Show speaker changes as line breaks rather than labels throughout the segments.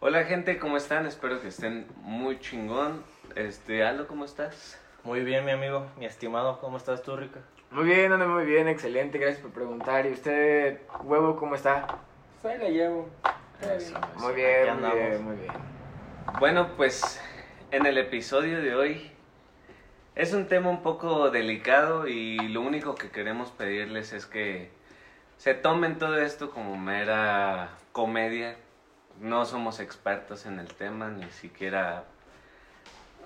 Hola gente, ¿cómo están? Espero que estén muy chingón. Este, Aldo, ¿cómo estás?
Muy bien, mi amigo, mi estimado, ¿cómo estás tú, Rica?
Muy bien, ando muy bien, excelente, gracias por preguntar. ¿Y usted, huevo, cómo está?
Ahí la llevo. Todo bien.
Pues
Muy
aquí
bien, muy
andamos.
bien, muy bien.
Bueno, pues en el episodio de hoy es un tema un poco delicado y lo único que queremos pedirles es que se tomen todo esto como mera comedia. No somos expertos en el tema, ni siquiera,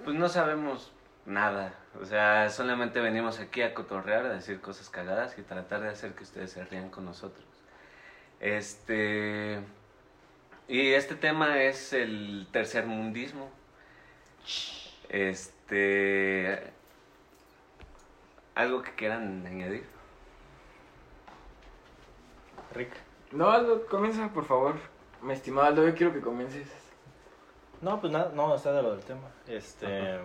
pues no sabemos nada. O sea, solamente venimos aquí a cotorrear, a decir cosas cagadas y tratar de hacer que ustedes se rían con nosotros. Este... Y este tema es el tercermundismo. Este. ¿Algo que quieran añadir?
Rica.
No, Aldo, comienza, por favor. Mi estimado Aldo, yo quiero que comiences.
No, pues nada, no, está de lo del tema. Este.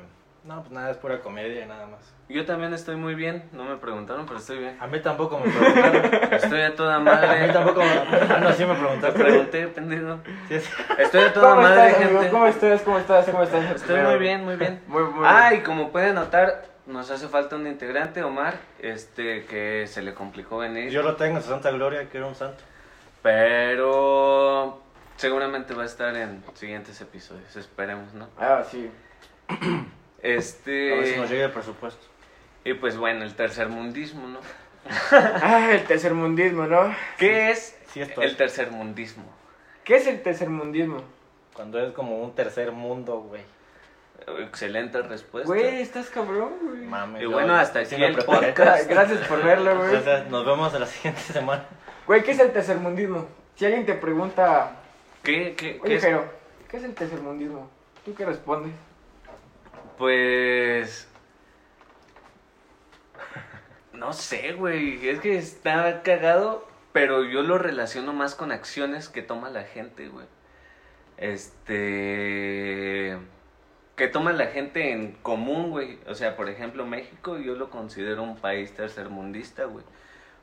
No, pues nada, es pura comedia y nada más.
Yo también estoy muy bien, no me preguntaron, pero estoy bien.
A mí tampoco me preguntaron.
Estoy a toda
A mí
madre.
tampoco me. Ah, no, sí me
Te
preguntaste.
pregunté, pendejo.
Sí, es-
Estoy a toda madre,
estás, amigo?
gente.
¿Cómo estás? ¿Cómo estás? ¿Cómo estás?
Estoy
Primero.
muy bien, muy bien.
Muy, muy
Ah,
bien.
y como pueden notar, nos hace falta un integrante, Omar, este que se le complicó venir.
Yo lo tengo en su Santa Gloria, que era un santo.
Pero seguramente va a estar en siguientes episodios, esperemos, ¿no?
Ah, sí.
A ver si nos
Este.
llega el presupuesto.
Y pues bueno, el tercermundismo, ¿no?
Ah, el tercermundismo, ¿no?
¿Qué es
Sí, esto
el
es.
tercermundismo?
¿Qué es el tercermundismo?
Cuando es como un tercer mundo, güey.
Excelente respuesta.
Güey, estás cabrón, güey.
Mames.
Y
yo-
bueno, hasta
sí
aquí
me
el
preparé.
podcast.
Gracias por verlo, güey.
Entonces, nos vemos la siguiente semana.
Güey, ¿qué es el tercermundismo? Si alguien te pregunta,
¿Qué, qué, qué
oye,
es?
pero, ¿qué es el tercermundismo? ¿Tú qué respondes?
Pues. No sé, güey. Es que está cagado, pero yo lo relaciono más con acciones que toma la gente, güey. Este. Que toma la gente en común, güey. O sea, por ejemplo, México yo lo considero un país tercermundista, güey.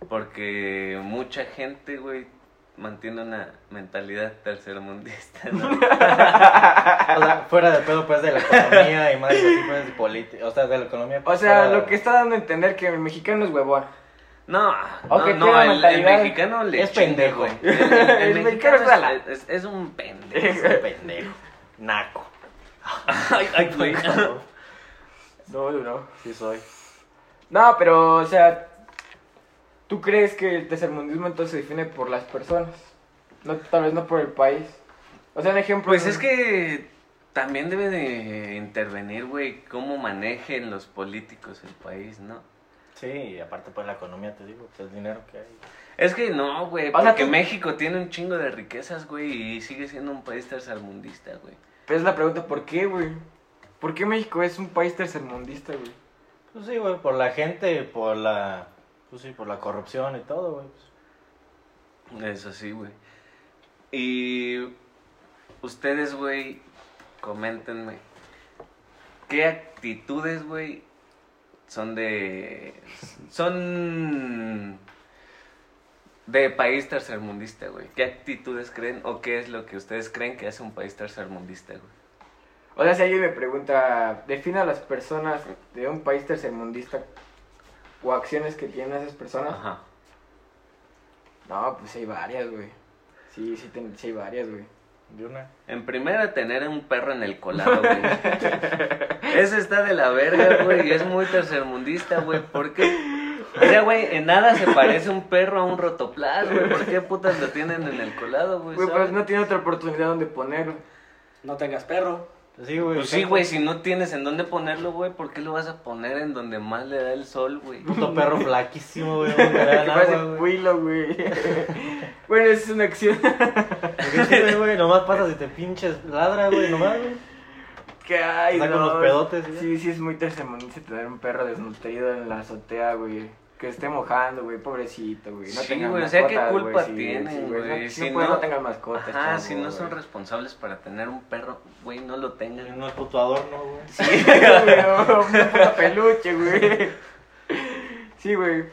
Porque mucha gente, güey, mantiene una mentalidad tercermundista, ¿no?
O sea, fuera de pedo, pues, de la economía y más así, pues, política. O sea, de la economía.
O sea,
fuera-
lo que está dando a entender que el mexicano es huevón.
No,
Ok,
no, no
tiene
el, el
mentalidad.
mexicano le
Es
chinga,
pendejo.
güey. El, el- el
El
mexicano
mexicano es ala.
es, es- es un pendejo.
Es un pendejo. Naco.
Ay, ay, güey.
No, no.
Sí soy.
No, pero, o sea, ¿tú crees que el tercermundismo entonces se define por las personas? No, tal vez no por el país. O sea, un ejemplo.
Pues es que también debe de intervenir, güey, cómo manejen los políticos el país, ¿no?
Sí, y aparte, pues, la economía, te digo, pues, el dinero que hay.
Es que no, güey,
O sea,
porque
tú-
México tiene un chingo de riquezas, güey, y sigue siendo un país tercermundista, güey.
Pero es la pregunta, ¿por qué, güey? ¿Por qué México es un país tercermundista, güey?
Pues sí, güey, por la gente, por la... Pues sí, por la corrupción y todo, güey. pues.
Eso sí, güey. Y ustedes, güey, coméntenme. ¿Qué actitudes, güey, son de... son... de país tercermundista, güey? ¿Qué actitudes creen o qué es lo que ustedes creen que hace un país tercermundista, güey?
O sea, si alguien me pregunta, defina a las personas de un país tercermundista o acciones que tienen esas personas.
Ajá.
No, pues hay varias, güey. Sí, sí, ten- sí hay varias, güey.
De una...
En primera, tener un perro en el colado, güey. Eso está de la verga, güey. y Es muy tercermundista, güey. ¿Por qué? O sea, güey, en nada se parece un perro a un rotoplas, güey. ¿Por qué putas lo tienen en el colado, güey?
Güey,
sabes?
pues no tiene otra oportunidad donde ponerlo.
No tengas perro.
Pues sí, güey.
Pues sí, güey, si no tienes en dónde ponerlo, güey, ¿por qué lo vas a poner en donde más le da el sol, güey?
Puto perro flaquísimo, güey. no me da
que
el
parece
agua, güey.
Willow, güey. bueno, esa es una acción.
Porque sí, güey, güey, nomás pasa si te pinches ladra, güey, nomás, güey.
que hay,
Está con los pedotes, güey.
Sí, sí, es muy tercermundista tener un perro desnutrido en la azotea, güey. Que esté mojando, güey, pobrecito, güey. No
Sí,
tengas
güey, o sea, ¿qué
mascotas, güey,
culpa
sí,
tienen,
sí,
güey?
No,
Si
no, puedes,
no-
no tengas mascotas.
Ajá,
chavo,
si no son
güey.
responsables para tener un perro, güey, no lo tengan.
No es puto adorno, güey.
Sí, güey, un puto peluche, güey. Sí, güey.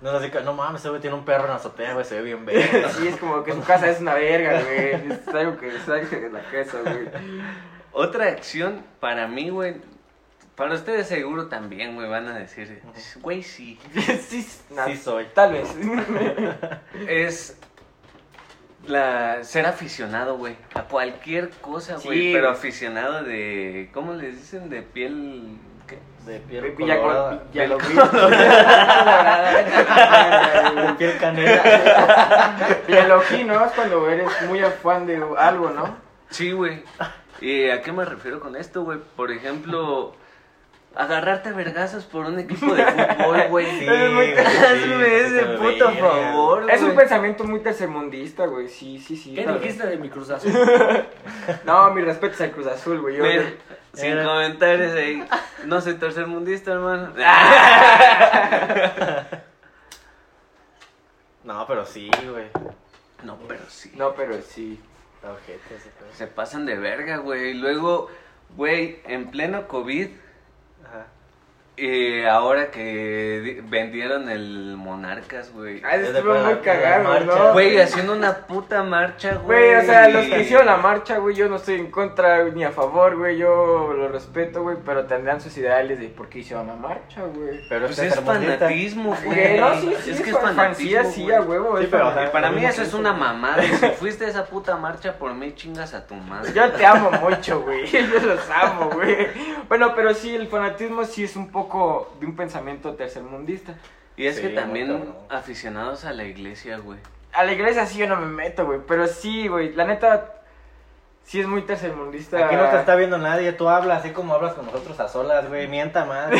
No es así que, no mames, ese güey tiene un perro en la azotea, güey, se ve bien verde.
Sí, es como que su casa es una verga, güey. Es algo que sale de la casa, güey.
Otra acción para mí, güey. Para ustedes seguro también, güey, van a decir, güey, sí.
Sí, nah,
Sí soy.
Tal vez.
Es la ser aficionado, güey, a cualquier cosa,
Sí,
güey, pero
güey.
aficionado de ¿cómo les dicen? de piel ¿qué?
De piel
Pepe ya
colorada.
con- ya lo vi.
De piel canela.
Pialoquí, ¿no? Es cuando eres muy afán de algo, ¿no?
Sí, güey. ¿Y a qué me refiero con esto, güey? Por ejemplo, agarrarte a vergazos por un equipo de fútbol, güey.
Sí,
Es muy-
güey, sí,
Hazme ese
puta
puto
verga.
favor,
Es un
güey.
pensamiento muy tercermundista, güey. Sí, sí, sí.
¿Qué
tal vez.
dijiste de mi Cruz Azul?
No, mi respeto es al Cruz Azul, güey. Yo-
Mira,
yo-
sin
Mira.
comentarios ahí. No soy tercermundista, hermano.
No, pero sí, güey.
No, pero sí.
No, pero sí.
Está ojete ese pedo.
Se pasan de verga, güey. Y Luego, güey, en pleno COVID,
Ajá.
eh, ahora que di- vendieron el Monarcas, güey.
Ah,
Es
ese
de
estuvo muy
la-
cagado,
la
¿no?
marcha.
Güey, haciendo una puta marcha, güey.
Güey, o sea, los que hicieron la marcha, güey, yo no estoy en contra ni a favor, güey, yo lo respeto, güey, pero tendrán sus ideales de por qué hicieron la marcha, güey.
Pero
Pues es
tercermundista.
fanatismo,
Güey,
güey.
no, sí, sí,
es que es
fan-
fanatismo.
fantasía, sí, a
güey.
huevo.
Sí,
es
pero,
fan-
ajá.
Y para mí eso es una mamada. Si fuiste a esa puta marcha, por mí chingas a tu madre.
Yo te amo mucho, güey, yo los amo, güey. Bueno, pero sí, el fanatismo sí es un poco de un pensamiento tercermundista.
Y es
Sí,
que
muy
también
cabrón.
aficionados a la iglesia, güey.
A la iglesia sí yo no me meto, güey, pero sí, güey, la neta, sí es muy tercermundista.
Aquí no te está viendo nadie, tú hablas así como hablas con nosotros a solas, güey, mienta más.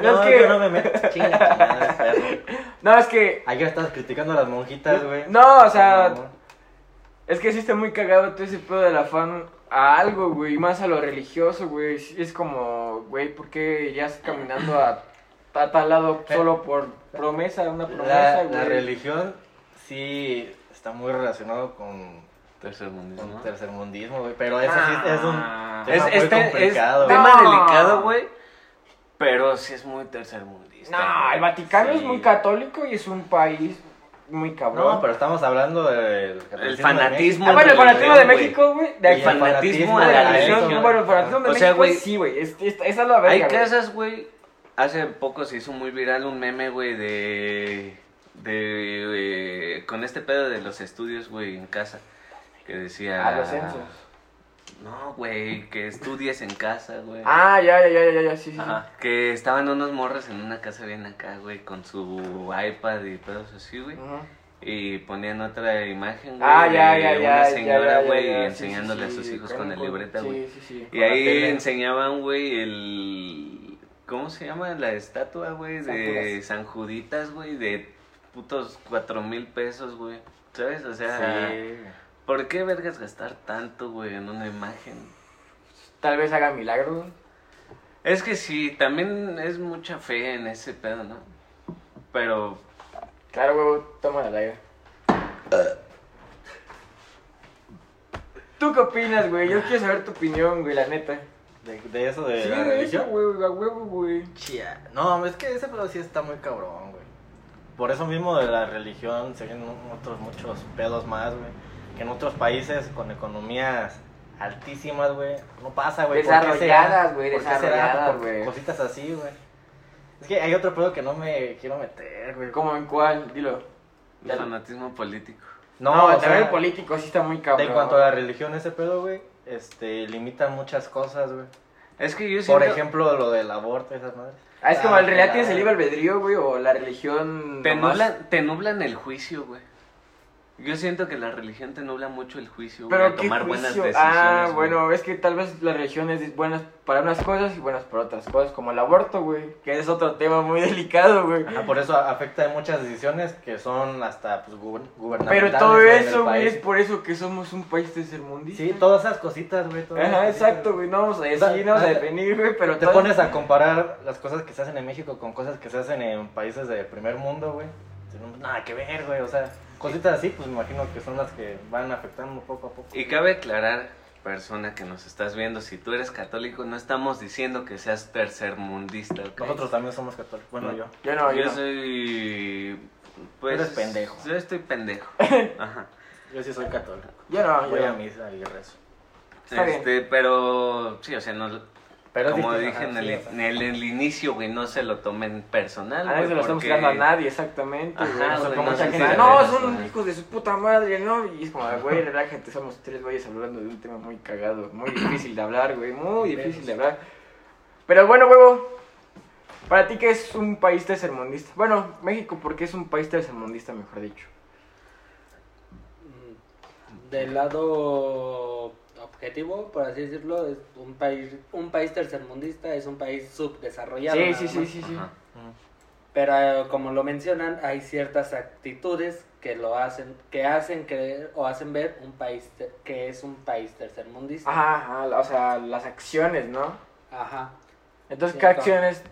No,
es que-
yo no me meto, chinga tu madre, perro.
No, es que...
Ayer estabas criticando a las monjitas, güey.
No, o sea,
No,
Es que sí está muy cagado todo ese pedo del afán a algo, güey, y más a lo religioso, güey. Sí, Es como, güey, ¿por qué irías caminando a, a tal lado solo por promesa, una promesa,
la,
güey?
la religión sí está muy relacionado con, con
Tercermundismo.
tercermundismo, güey, pero eso sí es un...
Ah.
Es,
Tema
es
muy
te- es
complicado, güey.
tema
No.
delicado, güey. Pero sí es muy tercermundista.
No,
güey.
el Vaticano
Sí.
es muy católico y es un país muy cabrón.
No, pero estamos hablando del... catolicismo de
fanatismo.
Ah, bueno, el fanatismo de
güey.
México, güey,
México.
de
El
aquí.
Y
fanatismo
a
a
de
la
la religión,
religión,
religión.
bueno, el fanatismo de
O sea,
México
güey,
sí, güey, es- es- esa es la verga,
Hay
güey.
casas, güey. Hace poco se hizo muy viral un meme, güey, de. de. eh, con este pedo de los estudios, güey, en casa. Que decía.
A los censos.
Ah, No, güey, que estudies en casa, güey.
Ah, ya, ya, ya, ya, ya, sí, sí. sí.
Ajá, Que estaban unos morros en una casa bien acá, güey, con su iPad y pedos así, güey.
Ujú.
Y ponían otra imagen, güey,
Ah, ya,
de
ya, ya.
una
ya,
señora,
ya, ya,
güey,
ya, sí,
enseñándole
sí,
a sus
sí,
hijos
con-
con el
con-
libreta,
sí,
güey.
Sí, sí,
Y
Con la
ahí
tele.
enseñaban, güey, el... ¿Cómo se llama? La estatua, güey, de San Juditas, güey, de putos cuatro mil pesos, güey. ¿Sabes? O sea,
Sí.
¿por qué vergas gastar tanto, güey, en una imagen?
Tal vez haga milagros.
Es que sí, también es mucha fe en ese pedo, ¿no? Pero
Claro, huevo, toma la liga. ¿Tú qué opinas, güey? Yo quiero saber tu opinión, güey, la neta.
De, de eso de
Sí,
la
de eso,
religión.
güey, a huevo, güey.
Chia. No, es que ese pedo sí está muy cabrón, güey. Por eso mismo de la religión se vienen otros muchos pedos más, güey. Que en otros países con economías altísimas, güey, no pasa, güey. ¿Por qué será?
Desarrolladas, güey,
¿Por qué será?
desarrolladas,
Por
güey.
Cositas así, güey. Es que hay otro pedo que no me quiero meter, güey.
¿Cómo en cuál? Dilo.
el
Ya.
fanatismo político.
No,
No,
o
el
sea,
nivel político sí está muy cabrón.
en cuanto a la religión, ese pedo, güey, este, limita muchas cosas, güey.
Es que yo siento...
Por ejemplo, lo del aborto, esas madres.
Ah, es como
Ah,
el realidad tienes
claro.
el libre albedrío, güey, o la religión.
Te
nomás.
nublan, te nublan el juicio, güey. Yo siento que la religión te nubla mucho el juicio, güey.
Pero
a
qué
tomar
juicio?
buenas decisiones.
Ah,
güey.
bueno, es que tal vez la religión es buenas para unas cosas y buenas para otras cosas, como el aborto, güey, que es otro tema muy delicado, güey.
Ajá, por eso a- afecta en muchas decisiones que son hasta pues, guber- gubernamentales.
Pero todo
güey, en el
eso, güey,
país.
es por eso que somos un país tercermundista.
Sí, todas esas cositas, güey. todas
Ajá,
esas cositas.
exacto, güey, no vamos a
sea,
decir, no vamos a
ah,
definir, güey, pero
Te
todo-
pones a comparar las cosas que se hacen en México con cosas que se hacen en países de primer mundo, güey. No, Nada que ver, güey. O sea, cositas así, pues me imagino que son las que van afectando poco a poco.
Y cabe aclarar, persona que nos estás viendo, si tú eres católico, no estamos diciendo que seas tercermundista. ¿ok?
Nosotros también somos católicos. Bueno,
Mm.
yo.
Yo no, yo,
Yo
no.
soy Pues,
Eres pendejo.
Yo estoy pendejo. Ajá.
Yo sí soy católico.
Yo no,
Voy
yo
a
no.
misa y rezo.
Está bien.
este, pero sí, o sea, no,
Pero es
como
distinto,
Ah,
dije en
ajá,
el,
sí, o sea.
en el- en el inicio, güey, no se lo tomen personal.
A
güey,
nadie Ah, se lo estamos
porque-
quitando a nadie, exactamente.
Ajá,
güey. O sea,
güey,
como
no
mucha
se
gente,
entiende.
no, son
Ajá.
hijos de su puta madre, ¿no? Y es como, güey, relájate, somos tres güeyes hablando de un tema muy cagado, muy difícil de hablar, güey, muy difícil de hablar. Pero bueno, huevo, para ti, ¿qué es un país tercermundista? Bueno, México, porque es un país tercermundista, mejor dicho?
Mm, Del lado objetivo, por así decirlo, es un país, un país tercermundista, es un país subdesarrollado.
Sí,
nada
sí, sí,
más.
sí, sí.
Ajá.
Mm.
Pero eh, como lo mencionan, hay ciertas actitudes que lo hacen, que hacen creer o hacen ver un país te- que es un país tercermundista.
Ajá, ajá, la- o sea, las acciones, ¿no?
Ajá.
Entonces, ¿qué
Cierto.
acciones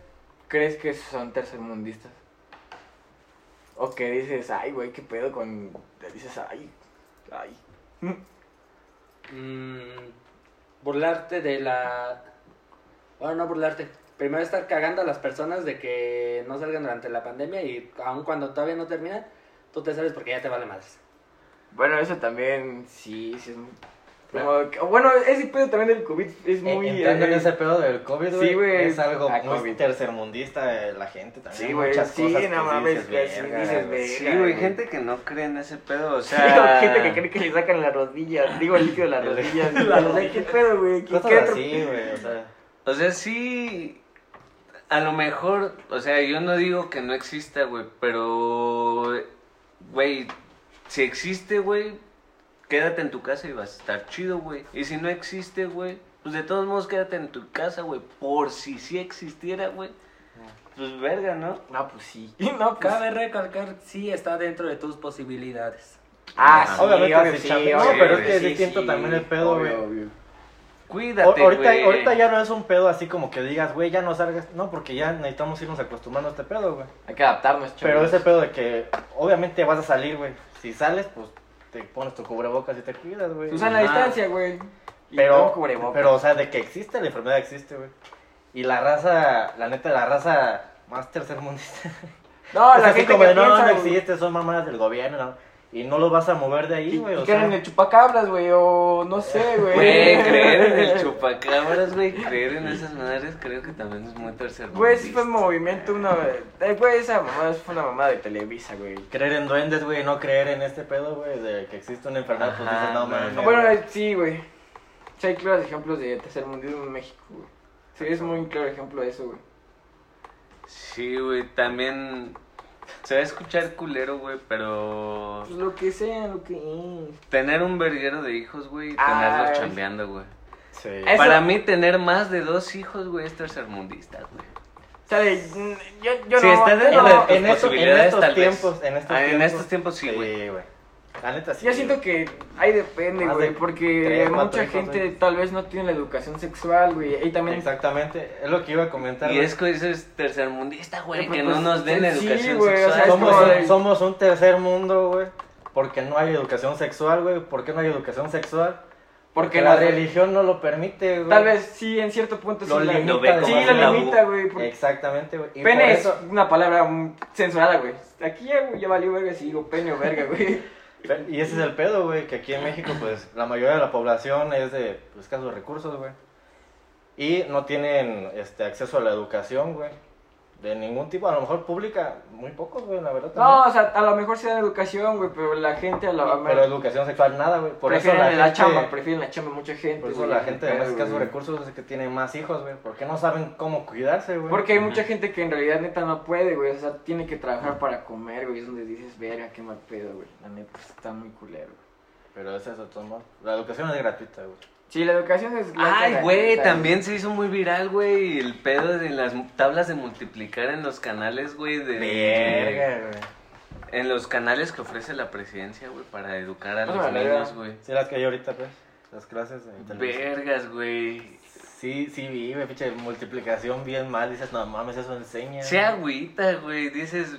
crees que son tercermundistas? O que dices, ay, güey, qué pedo con... Te dices, ay, ay.
Mm, burlarte de la. Bueno, no burlarte. Primero estar cagando a las personas de que no salgan durante la pandemia y aun cuando todavía no termina, tú te sales porque ya te vale madres.
Bueno, eso también, sí, sí es muy... como que- bueno, ese pedo también del COVID es muy...
Eh, Entrando en
eh,
ese pedo del COVID,
sí,
güey,
güey,
es algo
la
muy
COVID.
tercermundista de la gente también.
Sí, güey,
muchas
sí,
cosas que
no mames,
dices,
que sí
verga,
dices,
güey.
Sí,
Verga,
güey,
güey.
gente que no cree en ese pedo, o sea...
Gente que cree que le sacan las rodillas, digo, el líquido de las
El-
rodillas.
la
güey, o sea,
rodilla.
¿Qué pedo, güey? ¿Qué,
Cosas
qué otro-
así, güey, o sea,
O sea, sí, a lo mejor, o sea, yo no digo que no exista, güey, pero, güey, si existe, güey, quédate en tu casa y vas a estar chido, güey. Y si no existe, güey, pues de todos modos quédate en tu casa, güey, por si sí existiera, güey. Pues verga, ¿no?
No, pues sí. No, pues...
Cabe recalcar, sí está dentro de tus posibilidades.
Ah,
Ajá.
sí,
Obviamente
obvio,
se
sí,
chapea. No,
obvio,
pero es
que es
sí,
distinto
sí,
también el pedo,
obvio,
güey.
obvio.
Cuídate,
O- ahorita,
güey.
ahorita ya no es un pedo así como que digas, güey, ya no salgas. No, porque ya necesitamos irnos acostumbrando a este pedo, güey.
Hay que adaptarnos,
Pero
chavos.
ese pedo de que obviamente vas a salir, güey. Si sales, pues te pones tu cubrebocas y te cuidas, güey.
Usan la
Ajá.
distancia, güey. Y no
Pero,
cubrebocas.
pero, o sea, de que existe, la enfermedad existe, güey. Y la raza, la neta, la raza más tercermundista.
no,
O
la
sea, así
gente
como
que
de, no,
piensa,
no
güey.
existe, son mamadas del gobierno. ¿no? Y no los vas a mover de ahí,
Y,
güey.
y
O
creen en
sea,
el chupacabras, güey, o no sé, güey.
Güey, creer en el chupacabras, güey, creer en esas madres, creo que también es muy tercer
Güey, sí fue
mundista.
movimiento una vez. Eh, Güey, esa mamada fue una mamada de Televisa, güey.
creer en duendes, güey, no creer en este pedo, güey, de que existe una enfermedad, pues
Ajá,
dices, no,
güey.
mames.
No,
Bueno, eh, sí, güey. Sí, hay claros ejemplos de tercermundismo en México, güey. Sí, es muy claro ejemplo de eso, güey.
Sí, güey, también se va a escuchar culero, güey, pero
Pues lo que sea, lo que es.
tener un verguero de hijos, güey, y
Ah,
tenerlos chambeando, güey.
Sí.
Eso-
Para mí tener más de dos hijos, güey, es tercermundista, güey.
O sea, de- mm, yo, yo
Si
no...
está
yo
dentro
no-
de tus
en esto- en
posibilidades,
estos
tal vez.
tiempos, en estos
Ah, en
tiempos.
estos tiempos sí, güey.
Sí, güey. La neta, sí.
Yo siento que ahí depende,
Más
güey,
de
porque
tres, cuatro
mucha
hijos,
gente
güey.
tal vez no tiene la educación sexual, güey, y también...
Exactamente, es lo que iba a comentar.
Y
güey.
es que eso es tercermundista, güey,
Eh,
que
pues,
no nos den
sí,
educación
güey, o sea,
sexual.
es
somos,
como
un-
de-
somos un tercer mundo, güey. Porque no hay educación sexual, güey. ¿Por qué no hay educación sexual?
Porque
Porque la
no-
religión no lo permite, güey.
Tal vez sí, en cierto punto sí
Lo
la
li-
Lo
limita.
ve como
Sí,
un
la
tabú.
limita, güey. porque
Exactamente, güey. Y por
Pene es
eso-
una palabra mm, censurada, güey. Aquí ya, ya valió verga si digo pene o verga, güey.
Y ese es el pedo, güey, que aquí en México, pues, la mayoría de la población es de pues, escasos recursos, güey. Y no tienen este, acceso a la educación, güey. De ningún tipo, a lo mejor pública, muy pocos, güey, la verdad.
No,
también.
o sea, a lo mejor se da educación, güey, pero la gente a la...
Pero educación sexual, nada, güey. Por eso
prefieren
la,
la,
gente,
chamba, prefieren la chamba mucha gente,
por eso
güey,
la gente de más
güey.
escasos recursos es que tiene más hijos, güey. Porque no saben cómo cuidarse, güey.
Porque hay mucha
Ujú.
gente que en realidad neta no puede, güey. O sea, tiene que trabajar para comer, güey. Es donde dices, verga, qué mal pedo, güey. La neta está muy culero, güey.
Pero ese es otro modo. La educación es gratuita, güey.
Sí, la educación es... la
Ay,
neta
güey,
gratuita,
también se hizo muy viral, güey, el pedo de las tablas de multiplicar en los canales, güey, de...
Verga, güey.
En los canales que ofrece la presidencia, güey, para educar a
Pues,
los
vale,
niños,
ya.
güey.
Sí, las que hay ahorita, pues. Las clases de televisión.
Vergas, güey.
Sí, sí vi, güey, pinche multiplicación bien mal, dices, no mames, eso enseña.
Se agüita, güey. Dices.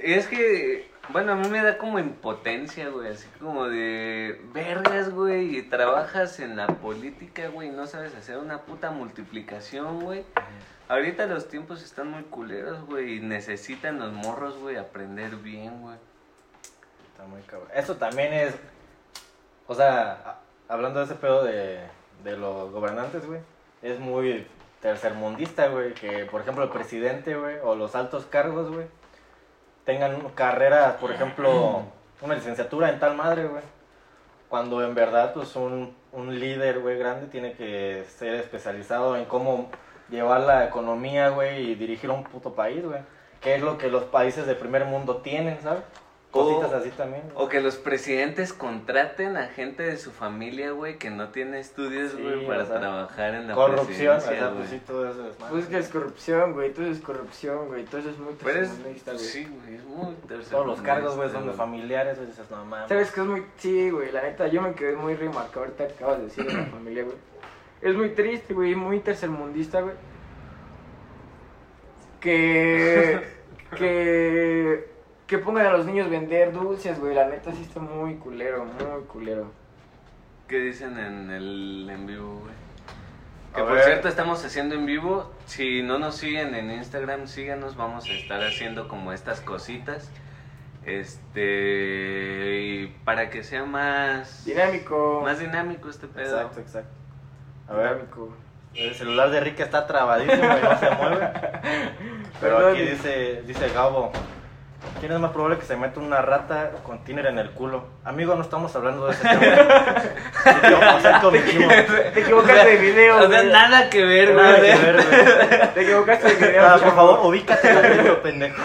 Es que, bueno, a mí me da como impotencia, güey, así como de vergas, güey, y trabajas en la política, güey, y no sabes hacer una puta multiplicación, güey. Ahorita los tiempos están muy culeros, güey, y necesitan los morros, güey, aprender bien, güey.
Está muy cabrón. Eso también es. O sea, a- hablando de ese pedo de, de los gobernantes, güey. Es muy tercermundista, güey. Que, por ejemplo, el presidente, güey, o los altos cargos, güey, tengan carreras, por ejemplo, una licenciatura en tal madre, güey. Cuando en verdad, pues un, un líder, güey, grande tiene que ser especializado en cómo llevar la economía, güey, y dirigir un puto país, güey. Que es lo que los países de primer mundo tienen, ¿sabes? Cositas
O-
así también. güey.
O que los presidentes contraten a gente de su familia, güey, que no tiene estudios,
Sí,
güey, para
o sea,
trabajar en la
Corrupción, o
presidencia,
sea,
güey.
pues sí, todo eso es mal.
Pues es que es corrupción, güey. Todo es corrupción, güey. Todo eso es muy
pues
Pero es,
tercermundista, güey.
sí, güey, es muy
Todos los cargos, güey, son de
familia.
familiares, güey, dices, no mames.
este, ¿Sabes que es muy.? Sí, güey, la neta, yo me quedé muy remarcado ahorita que acabas de decir de la familia, güey. Es muy triste, güey, muy tercermundista, güey. Que. que. que pongan a los niños a vender dulces, güey. La neta sí está muy culero, muy culero.
¿Qué dicen en el en vivo, güey?
A
Que por
ver.
cierto estamos haciendo en vivo. Si no nos siguen en Instagram, síganos. Vamos a estar haciendo como estas cositas. Este. y para que sea más.
Dinámico.
Más dinámico este pedo.
Exacto, exacto. A ver,
Dinámico.
el celular de Rick está trabadísimo y no se mueve. Pero
Perdón.
aquí dice, dice Gabo. ¿Quién es más probable que se meta una rata con tíner en el culo? Amigo, no estamos hablando de ese tema. O sea, convivimos.
Te equivocaste de video,
O sea,
güey.
nada que ver, güey.
Nada que ver, güey.
Te equivocaste de video.
Ah, por
chavo.
favor, ubícate en el video, pendejo.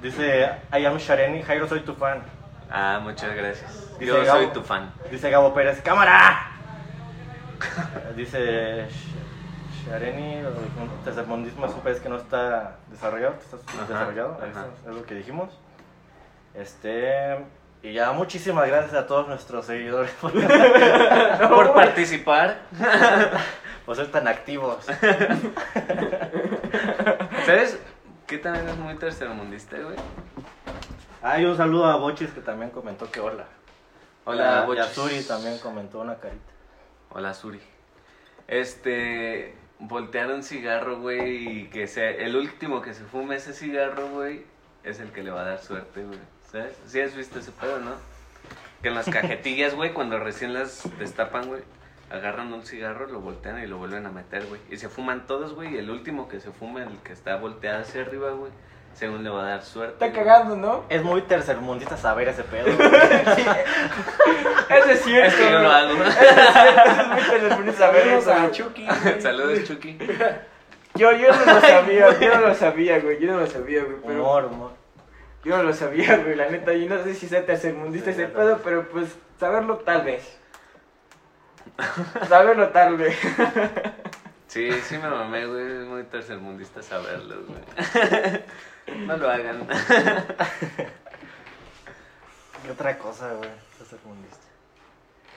Dice, I am Shareni, Jairo, soy tu fan.
Ah, muchas gracias.
Dice
Yo
Gabo.
soy tu fan.
Dice Gabo Pérez, ¡cámara! Dice Sh- Shareni, un tercermundismo es un país que no está desarrollado, que está subdesarrollado,
Ajá,
eso
ajá.
es lo que dijimos. Este, y ya muchísimas gracias a todos nuestros seguidores por,
Por participar.
por ser tan activos.
¿Sabes qué también es muy tercermundista, güey?
Ah, y un saludo a Bochis que también comentó que hola.
Hola,
Y a
Bochis.
Suri también comentó una carita.
Hola, Suri. Este. Voltear un cigarro, güey, y que sea. El último que se fume ese cigarro, güey, es el que le va a dar suerte, güey. ¿Sabes? Sí has visto ese pedo, ¿no? Que en las cajetillas, güey, cuando recién las destapan, güey, agarran un cigarro, lo voltean y lo vuelven a meter, güey. Y se fuman todos, güey, y el último que se fume, el que está volteado hacia arriba, güey, según le va a dar suerte.
Está
güey.
cagando, ¿no?
Es muy tercermundista saber ese pedo. güey.
Eso es cierto.
Es que yo lo
güey.
hago.
Eso es muy tercermundista saber
Saludos
eso,
a
güey.
Chucky.
Saludos, Chucky.
Yo, yo no lo sabía, yo no lo sabía, güey, yo no lo sabía, güey, pero
humor, humor.
yo no lo sabía, güey, la neta, yo no sé si sea tercermundista ese pedo, pero pues saberlo tal vez. Saberlo tal vez.
Sí, sí me mamé, güey. Es muy tercermundista saberlo, güey. No lo hagan.
¿Qué otra cosa, güey? Tercermundista.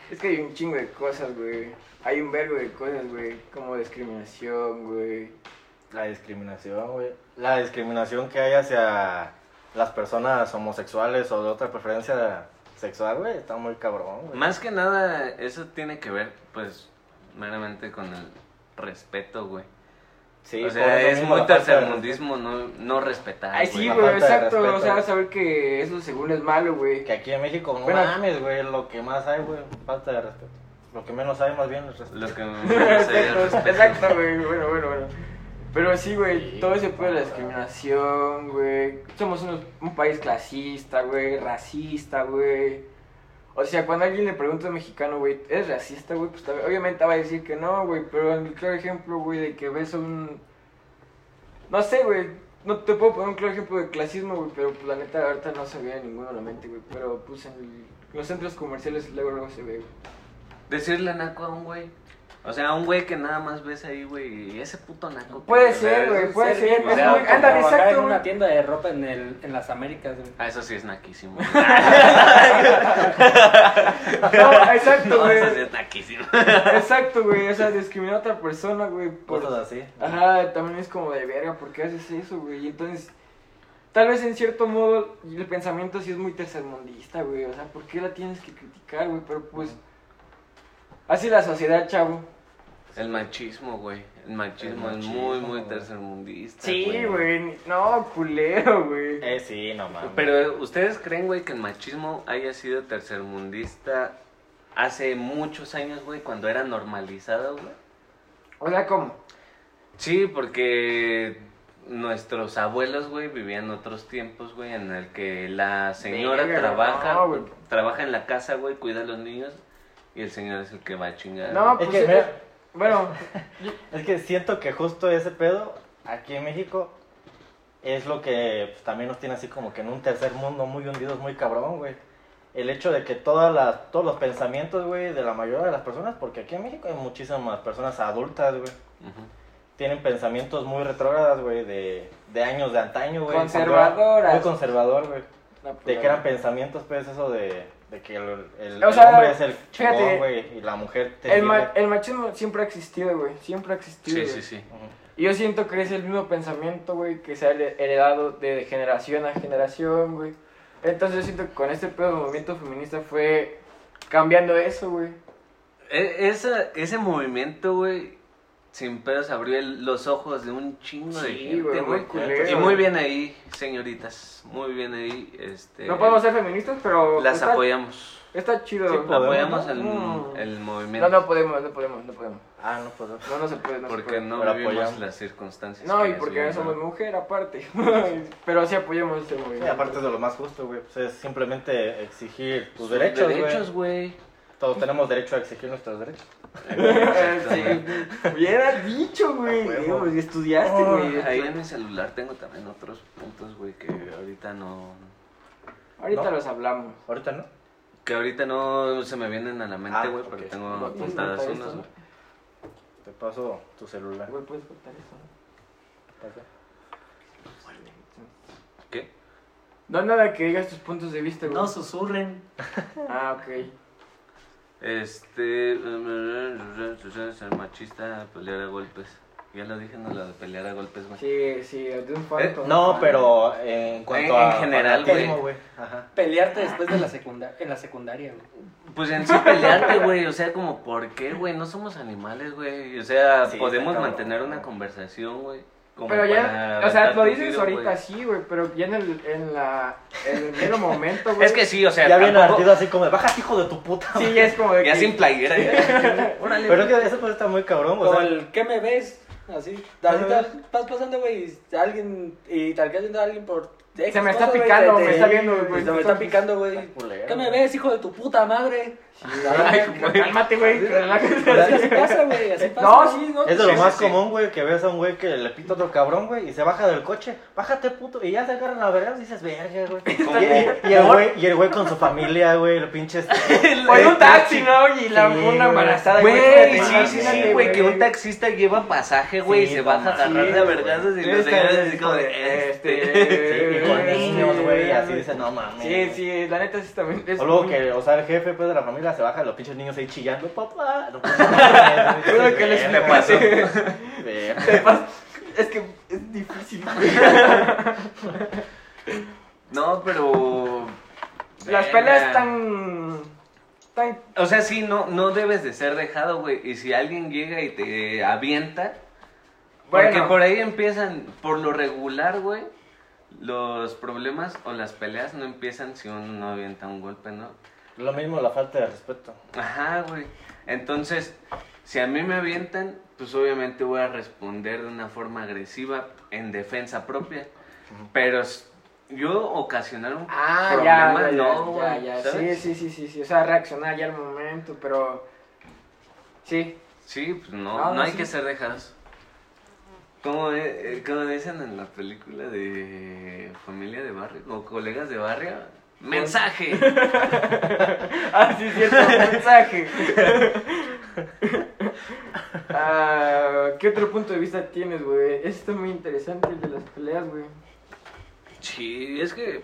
Es que hay un chingo de cosas, güey. Hay un vergo de cosas, güey, como discriminación, güey.
La discriminación, güey. La discriminación que hay hacia las personas homosexuales o de otra preferencia sexual, güey, está muy cabrón, güey.
Más que nada, eso tiene que ver, pues, meramente con el respeto, güey.
Sí,
o
por
sea,
eso
es
mismo
muy
la falta de
tercermundismo no, no respetar.
Ay, sí,
la
güey,
falta de
exacto, o
respeto.
sea, saber que eso según es malo, güey.
respeto. Que aquí en México, no
Bueno.
mames, güey, lo que más hay, güey, falta de respeto. Lo que menos hay, más bien, es respeto.
Los que no se el
Exacto,
respeto.
exacto, güey. Bueno, bueno, bueno. Pero sí, güey,
Sí,
todo ese puede la
papá.
discriminación, güey. Somos unos- un país clasista, güey, racista, güey. O sea, cuando alguien le pregunta a un mexicano, güey, ¿eres racista, güey? Pues tal- obviamente va a decir que no, güey, pero en el claro ejemplo, güey, de que ves a un... No sé, güey, no te puedo poner un claro ejemplo de clasismo, güey, pero pues la neta ahorita no se ve ninguno a la mente, güey, pero pues en el- los centros comerciales luego, luego se ve, güey.
Decirle naco a un güey. O sea, a un güey que nada más ves ahí, güey, y ese puto naco.
Puede
o sea,
ser, güey,
es-
puede
Ser
ser.
gay,
es
o sea,
muy-
como
ándale,
trabajar
exacto,
en
güey.
una tienda de ropa en, el, en las Américas, güey.
Ah, eso sí es naquísimo.
No, exacto,
No, eso sí
güey.
es naquísimo.
Exacto, güey. O sea, discriminar a otra persona, güey. por-
Cosas así.
Ajá, también es como de verga, ¿por qué haces eso, güey? Y entonces, Tal vez en cierto modo el pensamiento sí es muy tercermundista, güey. O sea, ¿por qué la tienes que criticar, güey? Pero pues. Así la sociedad, chavo.
El machismo, güey. El machismo,
El
es muy,
machismo,
muy
güey.
tercermundista.
Sí, güey. No, culero, güey.
Eh, sí, no mames.
Pero eh, ustedes creen, güey, que el machismo haya sido tercermundista hace muchos años, güey, cuando era normalizado, güey.
O sea, ¿cómo?
Sí, porque nuestros abuelos, güey, vivían otros tiempos, güey, en el que la señora
Verga,
trabaja,
no, güey.
trabaja en la casa, güey, cuida a los niños y el señor es el que va a chingar.
No,
güey.
Es
pues.
que,
eh,
mira,
bueno,
es que siento que justo ese pedo aquí en México es lo que pues, también nos tiene así como que en un tercer mundo muy hundidos, muy cabrón, güey. El hecho de que todas las, todos los pensamientos, güey, de la mayoría de las personas, porque aquí en México hay muchísimas personas adultas, güey,
Ujú.
tienen pensamientos muy retrógradas, güey, de, de años de antaño, güey.
Conservadoras.
Muy conservador, güey.
no,
De
pues,
que eran pensamientos, pues, eso de, de que el, el-
O
el
sea,
hombre es el
fíjate,
chingón, güey, y la mujer te
el,
sirve.
ma- el machismo siempre ha existido, güey. Siempre ha existido.
Sí, sí,
güey.
sí.
Ujú.
Y yo siento que es el mismo pensamiento, güey, que se ha hered- heredado de generación a generación, güey. Entonces yo siento que con este pedo del movimiento feminista fue cambiando eso, güey.
E- esa- ese movimiento, güey, sin pedos abrió el- los ojos de un chingo de
Sí,
gente,
güey, muy
güey.
culero.
Y muy bien ahí, señoritas, muy bien ahí, este...
No podemos ser feministas, pero
Las
está,
apoyamos.
está chido.
Sí,
güey.
podemos,
Apoyamos
¿no?
el,
Mm.
el movimiento.
no, no podemos, no podemos, no podemos.
Ah, no, pues,
No, no se puede, no se
Porque
puede.
no
Pero
vivimos
apoyamos.
las circunstancias.
No,
que
y
las
porque no
vivieron.
somos mujer, aparte. pero sí apoyamos este
Sí,
movimiento.
aparte es de lo más justo, güey, pues es simplemente exigir tus
Sus
derechos,
derechos,
güey.
güey.
Todos tenemos derecho a exigir nuestros derechos.
Exactamente.
Sí, bien has dicho, güey.
A huevo.
Digo, porque estudiaste, güey.
Ahí en mi celular tengo también otros puntos, güey, que ahorita no...
Ahorita
No.
los hablamos.
Ahorita no.
Que ahorita no se me vienen a la
Ah,
mente, güey,
ok.
pero
No,
tengo
no,
apuntadas
no,
unas,
no.
güey.
Te paso tu celular.
Güey, puedes cortar eso. no?
Pasa.
¿Qué?
No, nada que digas tus puntos de vista, güey.
No susurren.
Ah, ok.
Este. Ser machista, pelear a golpes. Ya lo dije, no, lo de pelear a golpes, güey.
Sí, sí, de un fan.
Eh,
con un
No,
fan.
pero eh, en cuanto
En- en
a
general,
fanatismo, Ajá.
Pelearte después de la secundaria, en la secundaria, güey.
Pues en sí pelearte, güey. O sea, como, ¿por qué, güey? No somos animales, güey. O sea,
Sí,
podemos
está cabrón,
mantener una
güey.
conversación, güey. como
Pero ya,
para
o sea,
aventarte
lo
un
dices
tiro,
ahorita
güey.
sí, güey, pero ya en el, en la, en el mero momento, güey.
Es que sí, o sea,
Ya viene
tampoco-
ardido así como de, bájate hijo de tu puta.
sí,
güey".
ya es como de
ya
que-
sin playera. ya. Órale,
Pero es que eso pues está muy cabrón, o
Como
sea,
el ¿qué me ves? Así.
Ajá.
Ahorita vas pasando, güey, y alguien. Y tal vez viendo a alguien por. X
me está
cosa, güey,
picando,
te-
me
te-
está viendo, güey,
Se me
entonces-
está picando, güey.
culero,
¿Qué me
güey.
ves, hijo de tu puta madre?
Ay, güey, Cálmate, güey, relájate.
Así así pasa, güey, así pasa.
Eh, No, sí, no.
Es de lo
Sí,
más
sí, sí.
común, güey, que ves a un güey que le pita a otro cabrón, güey, y se baja del coche. Bájate, puto. Y ya se agarran a vergas y dices, verga, güey. Y, y el güey. Y el güey con su familia, güey, este, lo pinches.
O en un taxi, ¿no? Y la,
Sí,
una
güey.
embarazada.
Güey,
no
sí,
mames,
sí,
sí,
sí, güey, que un taxista lleva pasaje, güey,
Sí,
y se
no
baja a agarrar
mames,
de
güey.
vergazos y
Sí,
los
está
señores así
bien,
como de, este...
Sí, y con niños, güey, así dicen, no mames.
Sí, sí, la neta sí también es
O luego
muy-
que, o sea, el jefe pues, de la familia se baja, los pinches niños ahí chillando, papá. No, pues, no mames, güey.
Creo que les-
Me
Verga,
pasó.
verga.
te pas- Es que es difícil, güey.
No, pero...
Las
Verga.
peleas tan... tan
O sea, sí, no, no debes de ser dejado, güey. Y si alguien llega y te avienta, porque
Bueno.
por ahí empiezan, por lo regular, güey, los problemas o las peleas no empiezan si uno no avienta un golpe, ¿no?
Lo mismo la falta de respeto.
Ajá, güey. Entonces, si a mí me avientan, pues obviamente voy a responder de una forma agresiva en defensa propia. Pero s- yo ocasionar un
Ah, ya,
problema,
ya,
no,
ya,
güey,
ya, ya.
¿sabes?
Sí, sí, sí, sí, sí. O sea, reaccionar ya al momento, pero. Sí.
Sí, pues no,
No,
no,
no,
hay
sí.
que ser dejados. Como, eh, eh, como dicen en la película de familia de barrio o colegas de barrio, mensaje.
Ah, sí, cierto, mensaje. Ah, ¿Qué otro punto de vista tienes, güey? Esto es muy interesante, el de las peleas, güey.
Sí, es que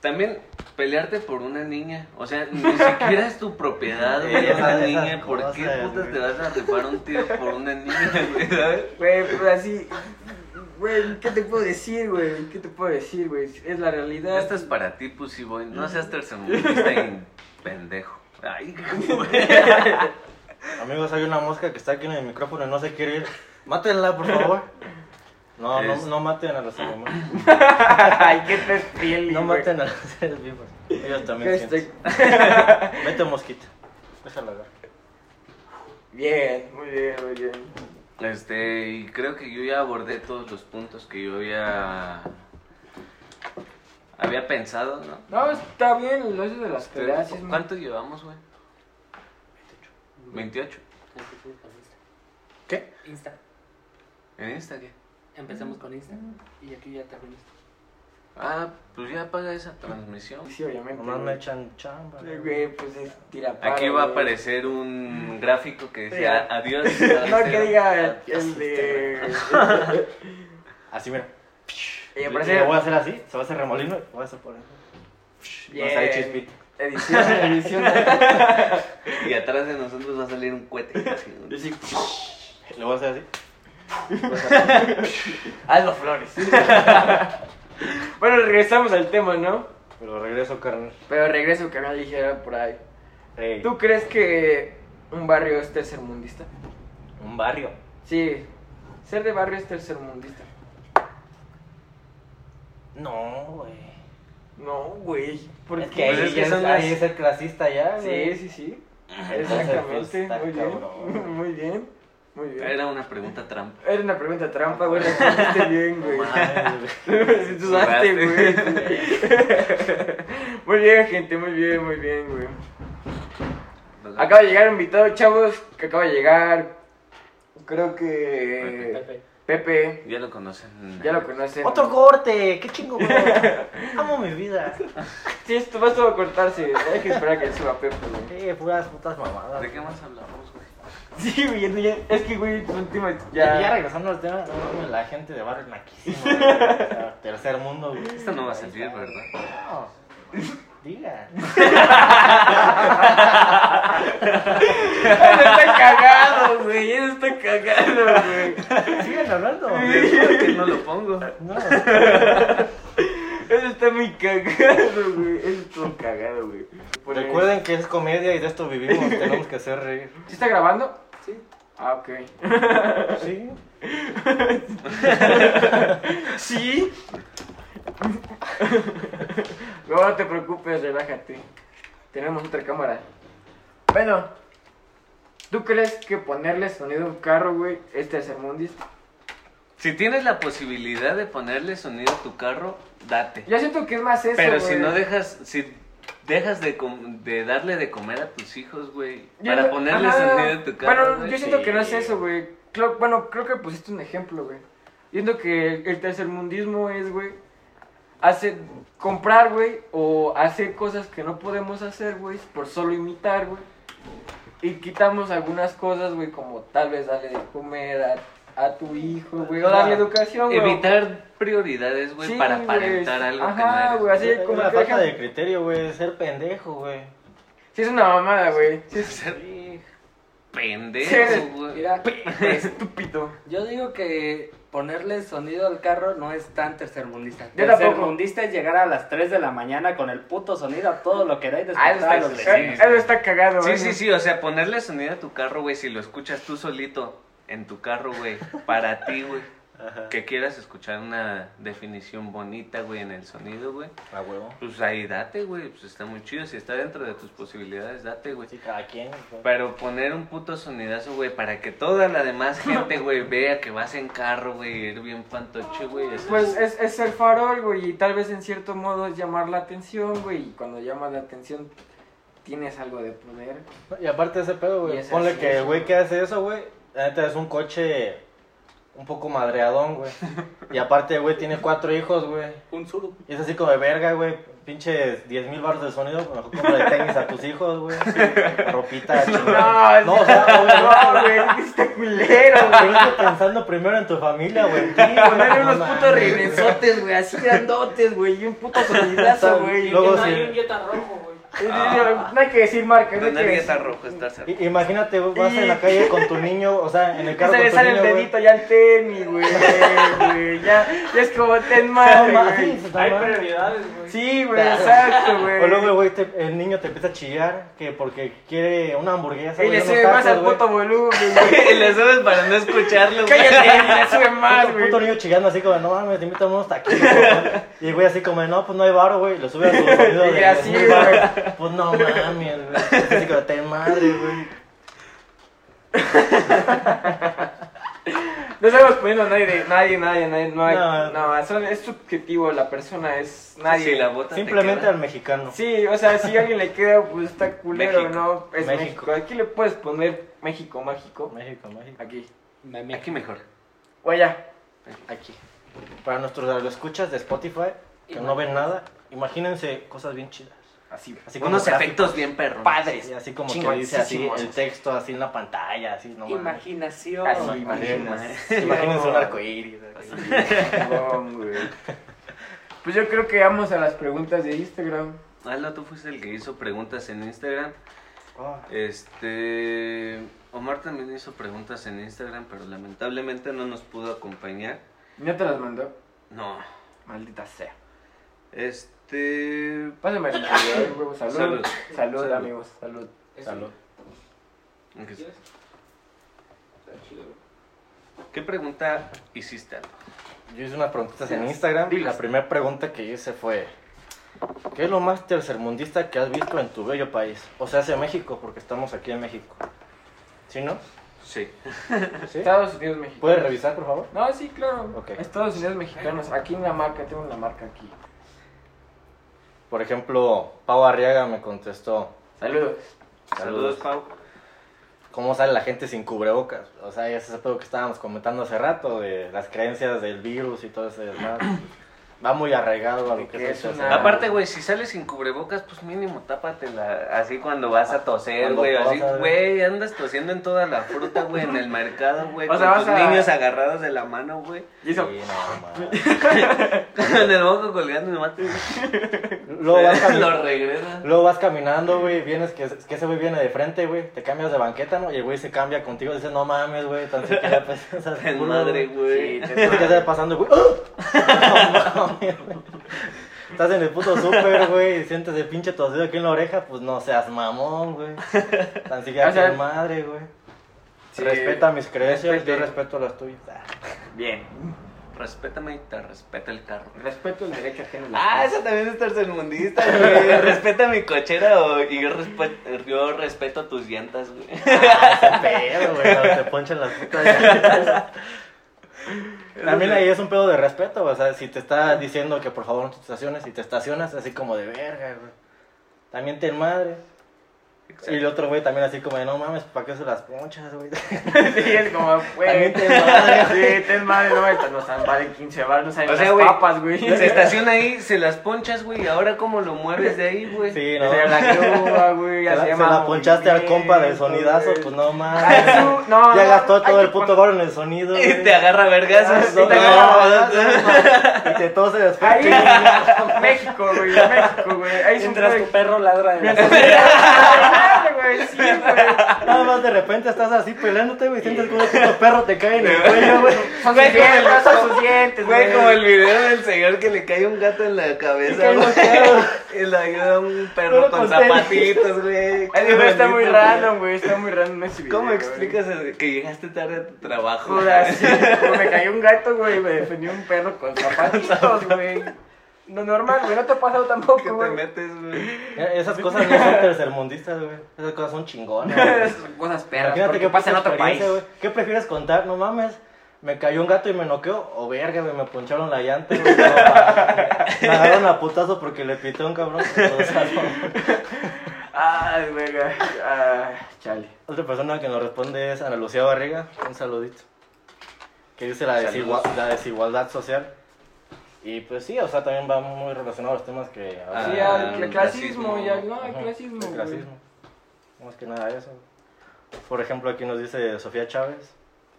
también pelearte por una niña, o sea, ni siquiera es tu propiedad, güey,
Esa-
una
esas
niña, ¿por qué
cosas,
putas
güey.
te vas a rifar un tiro por una niña, güey? ¿sabes?
Güey, pues así. Güey, ¿qué te puedo decir, güey? ¿Qué te puedo decir, güey? Es la realidad.
Esto es para ti, Pussy Boy. No seas tercermundista y pendejo. Ay, güey.
Amigos, hay una mosca que está aquí en el micrófono y no se quiere ir. Mátenla, por favor. No,
Es-
no, no maten a los animales.
Ay, qué te piel,
No
güey.
maten a los seres vivos. Ellos también
Este-
sienten. Vete, mosquita. Déjala ver.
Bien, muy bien, muy bien.
Este, y creo que yo ya abordé todos los puntos que yo había. Había pensado, ¿no? Este,
No, está bien, lo hice de las peleas. es muy-
¿Cuánto llevamos, güey? 28.
¿Qué?
Insta.
¿En Insta qué?
Empezamos con Insta y aquí ya terminamos.
Ah, pues ya apaga esa transmisión.
Sí, obviamente.
Nomás me
güey.
echan chamba.
Sí, Güey, pues es tira
Aquí va a aparecer un gráfico que decía adiós.
No,
Este,
que diga eh.
Dios,
el de.
Así, mira.
Y
Le-
aparece-
le voy a hacer así, se va a hacer remolino y voy a hacer por ahí.
Bien.
No sale chispita.
Edición, edición.
Y atrás de nosotros va a salir un cohete. así, ¿no?
Y sí,
Le voy a hacer así.
Hazlo flores. bueno, regresamos al tema, ¿no?
Pero regreso, carnal.
Pero regreso, canal ligera por ahí.
Ey,
¿Tú crees que un barrio es tercermundista?
Un barrio.
Sí, ser de barrio es tercermundista.
No, güey.
No, güey.
Es
Porque
que
Pues
ahí,
es que
ya es,
son
ahí
las-
es el clasista ya,
Sí,
güey.
sí, sí.
Entonces, pues,
Exactamente.
está
Muy bien.
cabrón.
Muy bien. Muy bien.
Era una pregunta trampa.
Era una pregunta trampa, güey. Respondiste bien, güey.
Mames, güey.
Sí, Sudaste, güey. Muy bien, gente. Muy bien, muy bien, güey. Acaba de llegar un invitado, chavos. Que acaba de llegar. Creo que.
Pepe.
Pepe.
Ya lo conocen.
Ya lo conocen.
Otro corte, qué chingo, güey. Amo mi vida.
Sí, esto va a cortarse. Hay que esperar a que suba Pepe, güey.
Eh, puras putas mamadas.
¿De qué más hablamos, güey?
Sí, güey, no, ya- es que, güey, tus últimas
Ya.
ya...
ya regresando al tema, no, mames, la gente de barrio es naquísima. güey. O sea, Tercer mundo, güey.
Esto no va a salir, ¿verdad?
No. Diga.
Eso está cagado, güey, eso está cagado, güey.
Sigan hablando.
que no lo pongo.
No.
Eso está muy cagado, güey, eso está muy cagado, güey. Por ahí.
Recuerden que es comedia y de esto vivimos. Tenemos que hacer reír.
¿Sí está grabando?
Sí.
Ah, ok.
Sí.
¿Sí? No, no te preocupes, relájate. Tenemos otra cámara. Bueno, ¿tú crees que ponerle sonido a un carro, güey, es tercermundista?
Si tienes la posibilidad de ponerle sonido a tu carro, date.
Yo siento que es más eso,
Pero si
güey.
no dejas, si dejas de, com- de darle de comer a tus hijos, güey,
Yo-
para ponerle
ajá.
sonido a tu carro.
Bueno,
güey,
yo siento que no es
sí.
eso, güey. Creo- bueno, creo que pusiste un ejemplo, güey. Yo Siento que el tercermundismo es, güey, hacer, comprar, güey, o hacer cosas que no podemos hacer, güey, por solo imitar, güey. Y quitamos algunas cosas, güey, como tal vez darle de comer a, a tu hijo, güey, o darle
Claro.
educación, güey.
Evitar prioridades, güey,
Sí,
para
güey.
aparentar algo que
Ajá,
no eres.
güey. Así
Es
como
la
que
falta
dejan-
de criterio, güey. Ser pendejo, güey.
Sí, es una mamada, güey. Sí, es-
Ser
Sí.
Sí,
pendejo,
eres-
güey.
Mira,
estúpido.
yo digo que ponerle sonido al carro no es tan tercermundista.
Yo tampoco.
Tercermundista es llegar a las 3 de la mañana con el puto sonido a todo lo que da y
Ah, eso
despertar
está,
a los
tercer-
vecinos.
eso está cagado, ¿eh?
Sí,
güey.
sí, sí, o sea, ponerle sonido a tu carro, güey, si lo escuchas tú solito en tu carro, güey, para ti, güey,
Ajá.
que quieras escuchar una definición bonita, güey, en el sonido, güey,
A huevo.
pues ahí date, güey, pues está muy chido, si está dentro de tus posibilidades, date, güey.
Sí, cada quien. güey.
Pero poner un puto sonidazo, güey, para que toda la demás gente, güey, vea que vas en carro, güey, ir bien fantoche, güey, eso
Pues
es-
es, es el farol, güey, y tal vez en cierto modo es llamar la atención, güey, y cuando llamas la atención tienes algo de poder.
Y aparte de ese pedo,
Y
güey.
es
Ponle
así,
que
sí.
el güey que hace eso, güey. La neta es un coche un poco madreadón, güey. Y aparte, güey, tiene cuatro hijos, güey.
Un suru.
Y es así como de verga, güey. Pinches 10 mil baros de sonido. Mejor compra de tenis a tus hijos, güey. Ropita, chingada. No, o sea, obvio, no,
Oh, no, güey, está culero, güey.
Tienes que pensando primero en tu familia, güey. Sí, güey,
Ponerle
no
unos
mames.
putos ribenzotes, güey, así grandotes, güey, y un puto sonidazo, güey.
Luego
No,
sí.
hay un-
Jetta rojo, güey.
Y- y- No hay que decir marca, no hay que
Tener
decir.
gueta rojo está cerca.
I- Imagínate, güey, vas en la calle con tu niño, o sea, en el
Ya
carro
se
con
le
tu
sale el
niño, güey.
dedito ya al tenis, güey, güey. Ya, ya es como ten
No,
madre,
ma-
güey.
sí, no,
Hay
ma-
prioridades, güey.
Sí, güey, exacto, güey.
O luego, güey, te- el niño te empieza a chillar que porque quiere una hamburguesa,
Y
güey,
le
unos
sube
tacos,
más al
güey.
puto volumen, güey.
Y le subes para no escucharlo. güey.
Cállate, le sube más,
Puto, puto
güey.
niño chillando así como, no mames, te invito a unos taquitos, güey. Y güey así como, no, pues no hay varo, güey. Lo sube a su sonido
Y
de
así,
de-
güey.
Pues no mames, güey. Así como, te madre, güey.
No estamos poniendo a nadie, de- nadie, nadie, nadie. No, hay,
No.
no. son- es subjetivo, la persona es nadie.
Si la bota te
Simplemente
queda.
al mexicano.
Sí, o sea, si a alguien le queda, pues está culero,
México.
¿no? Es
México.
México. Aquí le puedes poner México mágico.
México, México.
Aquí.
Meme.
Aquí mejor.
O allá.
Aquí. Para nuestros escuchas de Spotify, que no
Imagínate.
ven nada, imagínense cosas bien chidas.
Así.
Así como
Unos
gráficos.
efectos bien perros.
Padres.
Y así como que
Chingoncísimos.
dice así el texto, así en la pantalla, así, no mames.
Imaginación.
Así,
Imagínense imagínense un arcoíris. así.
Chingón, güey. Pues yo creo que vamos a las preguntas de Instagram.
Hazlo, tú fuiste el que hizo preguntas en Instagram.
Oh.
Este. Omar también hizo preguntas en Instagram, pero lamentablemente no nos pudo acompañar.
¿No te las mandó?
No.
Maldita sea.
Este.
Pásame el celular, huevo. Salud.
Salud.
Salud.
Salud.
amigos. Salud.
Salud.
aunque-
¿Quieres? Está chido, güey.
¿Qué pregunta hiciste? Aldo?
Yo hice unas preguntas en Instagram. y La primera pregunta que hice fue: ¿Qué es lo más tercermundista que has visto en tu bello país? O sea, hacia México, porque estamos aquí en México. ¿Sí, no?
Sí.
¿Sí?
Estados Unidos, México.
¿Puedes revisar, por favor?
No, sí, claro.
Ok.
Estados Unidos mexicanos. Aquí en la marca, tengo una marca aquí.
Por ejemplo, Pau Arriaga me contestó:
Saludos.
Saludos, Pau.
¿Cómo sale la gente sin cubrebocas? O sea, ya es ese pedo que estábamos comentando hace rato de las creencias del virus y todo ese desmadre. Va muy arraigado a lo que
Que
es
es
el
una-
tercer-
Aparte, güey, si sales sin cubrebocas, pues mínimo tápatela. Así cuando vas a toser,
Cuando
güey. Así,
tosas,
güey, andas tosiendo en toda la fruta, güey, en el mercado, güey.
O
Con
sea, vas
tus
a-
niños agarrados de la mano, güey.
Y eso.
Sí, no, mames.
Con el moco colgando y mate.
Luego vas cami-
Lo regresas.
Luego vas caminando, güey, vienes que, que ese güey viene de frente, güey, te cambias de banqueta, ¿no? Y el güey se cambia contigo, dice, no mames, güey, tan siquiera pues, o sea,
En
puro,
madre,
güey.
güey.
Sí,
¿Qué está pasando, güey? ¡Ah! No mames, güey. Estás en el puto súper, güey, y sientes el pinche tosido aquí en la oreja, pues no seas mamón, güey. Tan siquiera
O sea,
tu madre, güey.
sí.
Respeta mis creencias, yo
Respete.
respeto las tuyas. Ah.
Bien.
Respétame y te respeta el carro.
Respeto el derecho ajeno.
Ah, esa también es tercermundista, güey. Respeta mi cochera o- y yo, respe- yo respeto tus llantas, güey.
Ah, ese pedo, güey, cuando te ponchan las putas llantas. También ahí es un pedo de respeto, o sea, si te está diciendo que por favor no te estaciones y te estacionas así como de verga, güey. También ten madre. Y el otro güey también así como de no mames, ¿para qué se las ponchas, güey?
Sí, es como, güey.
También te madre.
Sí, te madre, no, estas no salen, valen 15 baros, no salen
O sea,
las
güey,
papas, güey.
Se estaciona ahí, se las ponchas, güey. y Ahora, ¿cómo lo mueves de ahí, güey?
Sí,
Se
no.
llama la grúa, güey,
Se
ya
la,
se
se
llama
la ponchaste al compa del
movimiento,
sonidazo,
güey.
pues no
Ay,
mames.
tú, no,
Ya
no,
gastó
hay
todo
que
el puto
pon-
barro en el sonido.
Y
güey.
te agarra vergazos.
No,
y Ah, te
no,
agarra-
no, no, Y te tose después.
Ahí, México, güey, México, güey. Ahí se
Mientras tu
puede-
perro ladra en la
güey, sí, güey.
Nada más de repente estás así peleándote, güey, y sientes como un puto perro te cae en el cuello, güey.
Son
Güey,
sus
como el-
dientes, son sus dientes,
Güey, como el video del señor que le cae un gato en la cabeza,
cae
güey.
bloqueado.
Y le ayuda un
Pero
perro con
con tenis.
zapatitos, güey.
Ay,
Qué
güey, está muy
bonito,
random, güey, está muy random ese
güey.
video,
¿Cómo
güey.
explicas el- que llegaste tarde a tu trabajo?
Joder, sí, güey, me cayó un gato, güey, me defendió un perro con zapatitos, güey. No normal, güey, no te ha pasado
que
tampoco,
te
güey.
metes, güey.
E-, Esas cosas no son tercermundistas, güey. Esas cosas son chingonas. güey.
Esas cosas perras,
Imagínate
porque
qué
pasa en
puta
otro país.
experiencia, güey. ¿Qué prefieres contar? No mames. Me cayó un gato y me noqueó. O verga, güey, me poncharon la llanta. güey. No, mames. me agarraron a putazo porque le pité a un cabrón. O sea, no.
Ay, ah, verga. Ay, chale.
Otra persona que nos responde es Ana Lucía Barriga. Un saludito. Que dice la,
Saludos.
desigua- la desigualdad social. Y pues sí, o sea, también va muy relacionado a los temas que...
Ah,
Sí,
ya,
al
el
cl- clasismo,
clasismo.
ya, no, al
Ajá,
clasismo,
el
güey.
clasismo. Más que nada eso. Por ejemplo, aquí nos dice Sofía Chávez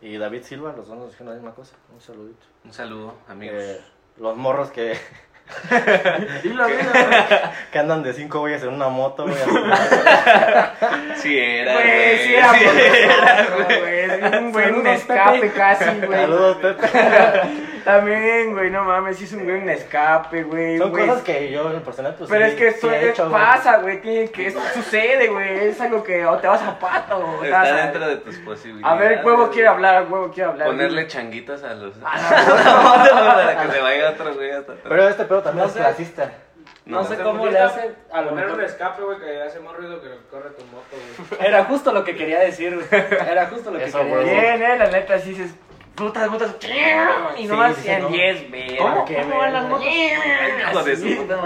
y
Eh,
David Silva, los dos nos dijeron la misma cosa. Un saludito.
Un saludo, amigos.
Eh, los morros que,
Dilo, dilo, güey.
Que andan de cinco güeyes en una moto, güey. así.
Sí, era.
Güey, Pues, sí era por nosotros, güey. Un buen
Saludos,
escape
Pepe.
casi, güey.
Saludos, Pepe.
También, güey, no mames, sí es un buen escape, güey.
Son
güey.
cosas que yo en lo personal, pues.
Pero
sí-
es que
sí
eso
he
es-
hecho, güey.
pasa, güey, tiene que eso sucede, güey, es algo que o te vas a pato, o te vas
Está
a-
dentro de tus posibilidades.
A ver, huevo quiere hablar, huevo quiere hablar.
Ponerle changuitas a los.
Ah,
para que se vaya otro güey hasta atrás.
Pero este pedo también
No
es
sé.
clasista.
No, sé cómo
Porque
le
está-
hacen. A lo
Poner un
mejor.
escape, güey, que hace más ruido que lo que corre tu moto, güey.
Era justo lo que quería decir, güey. Era justo lo que
Eso,
quería
no.
huevo.
decir.
Bien, eh, la neta, sí dices, putas, putas, y
Sí,
nomás
sí, sí,
en
no.
10, güey.
¿Cómo?
¿Cómo, ¿Cómo van las
Ay,
motos?
hijo de su puta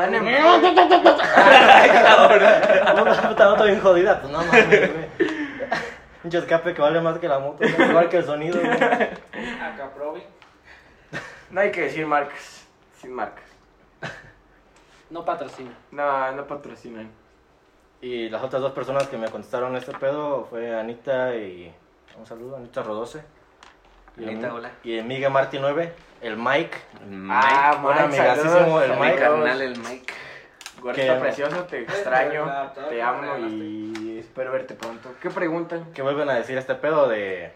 Una puta moto bien jodida, pues no mames, güey. Un escape que vale más que la moto, güey, igual que el sonido, güey.
Acá, probi.
No hay que decir marcas, sin marcas.
No patrocina.
No, no patrocinan.
Y las otras dos personas que me contestaron este pedo fue Anita y. Un saludo, Anita Rodoce. Y el-
Anita, hola.
Y el Miguel Martí 9, el Mike.
Ah,
Mike,
buen amigasísimo, el
saludos.
mi
Mike.
carnal, el Mike.
Gordito
Que-
precioso, te extraño, te amo y espero verte pronto. ¿Qué preguntan?
Que vuelven a decir este pedo de.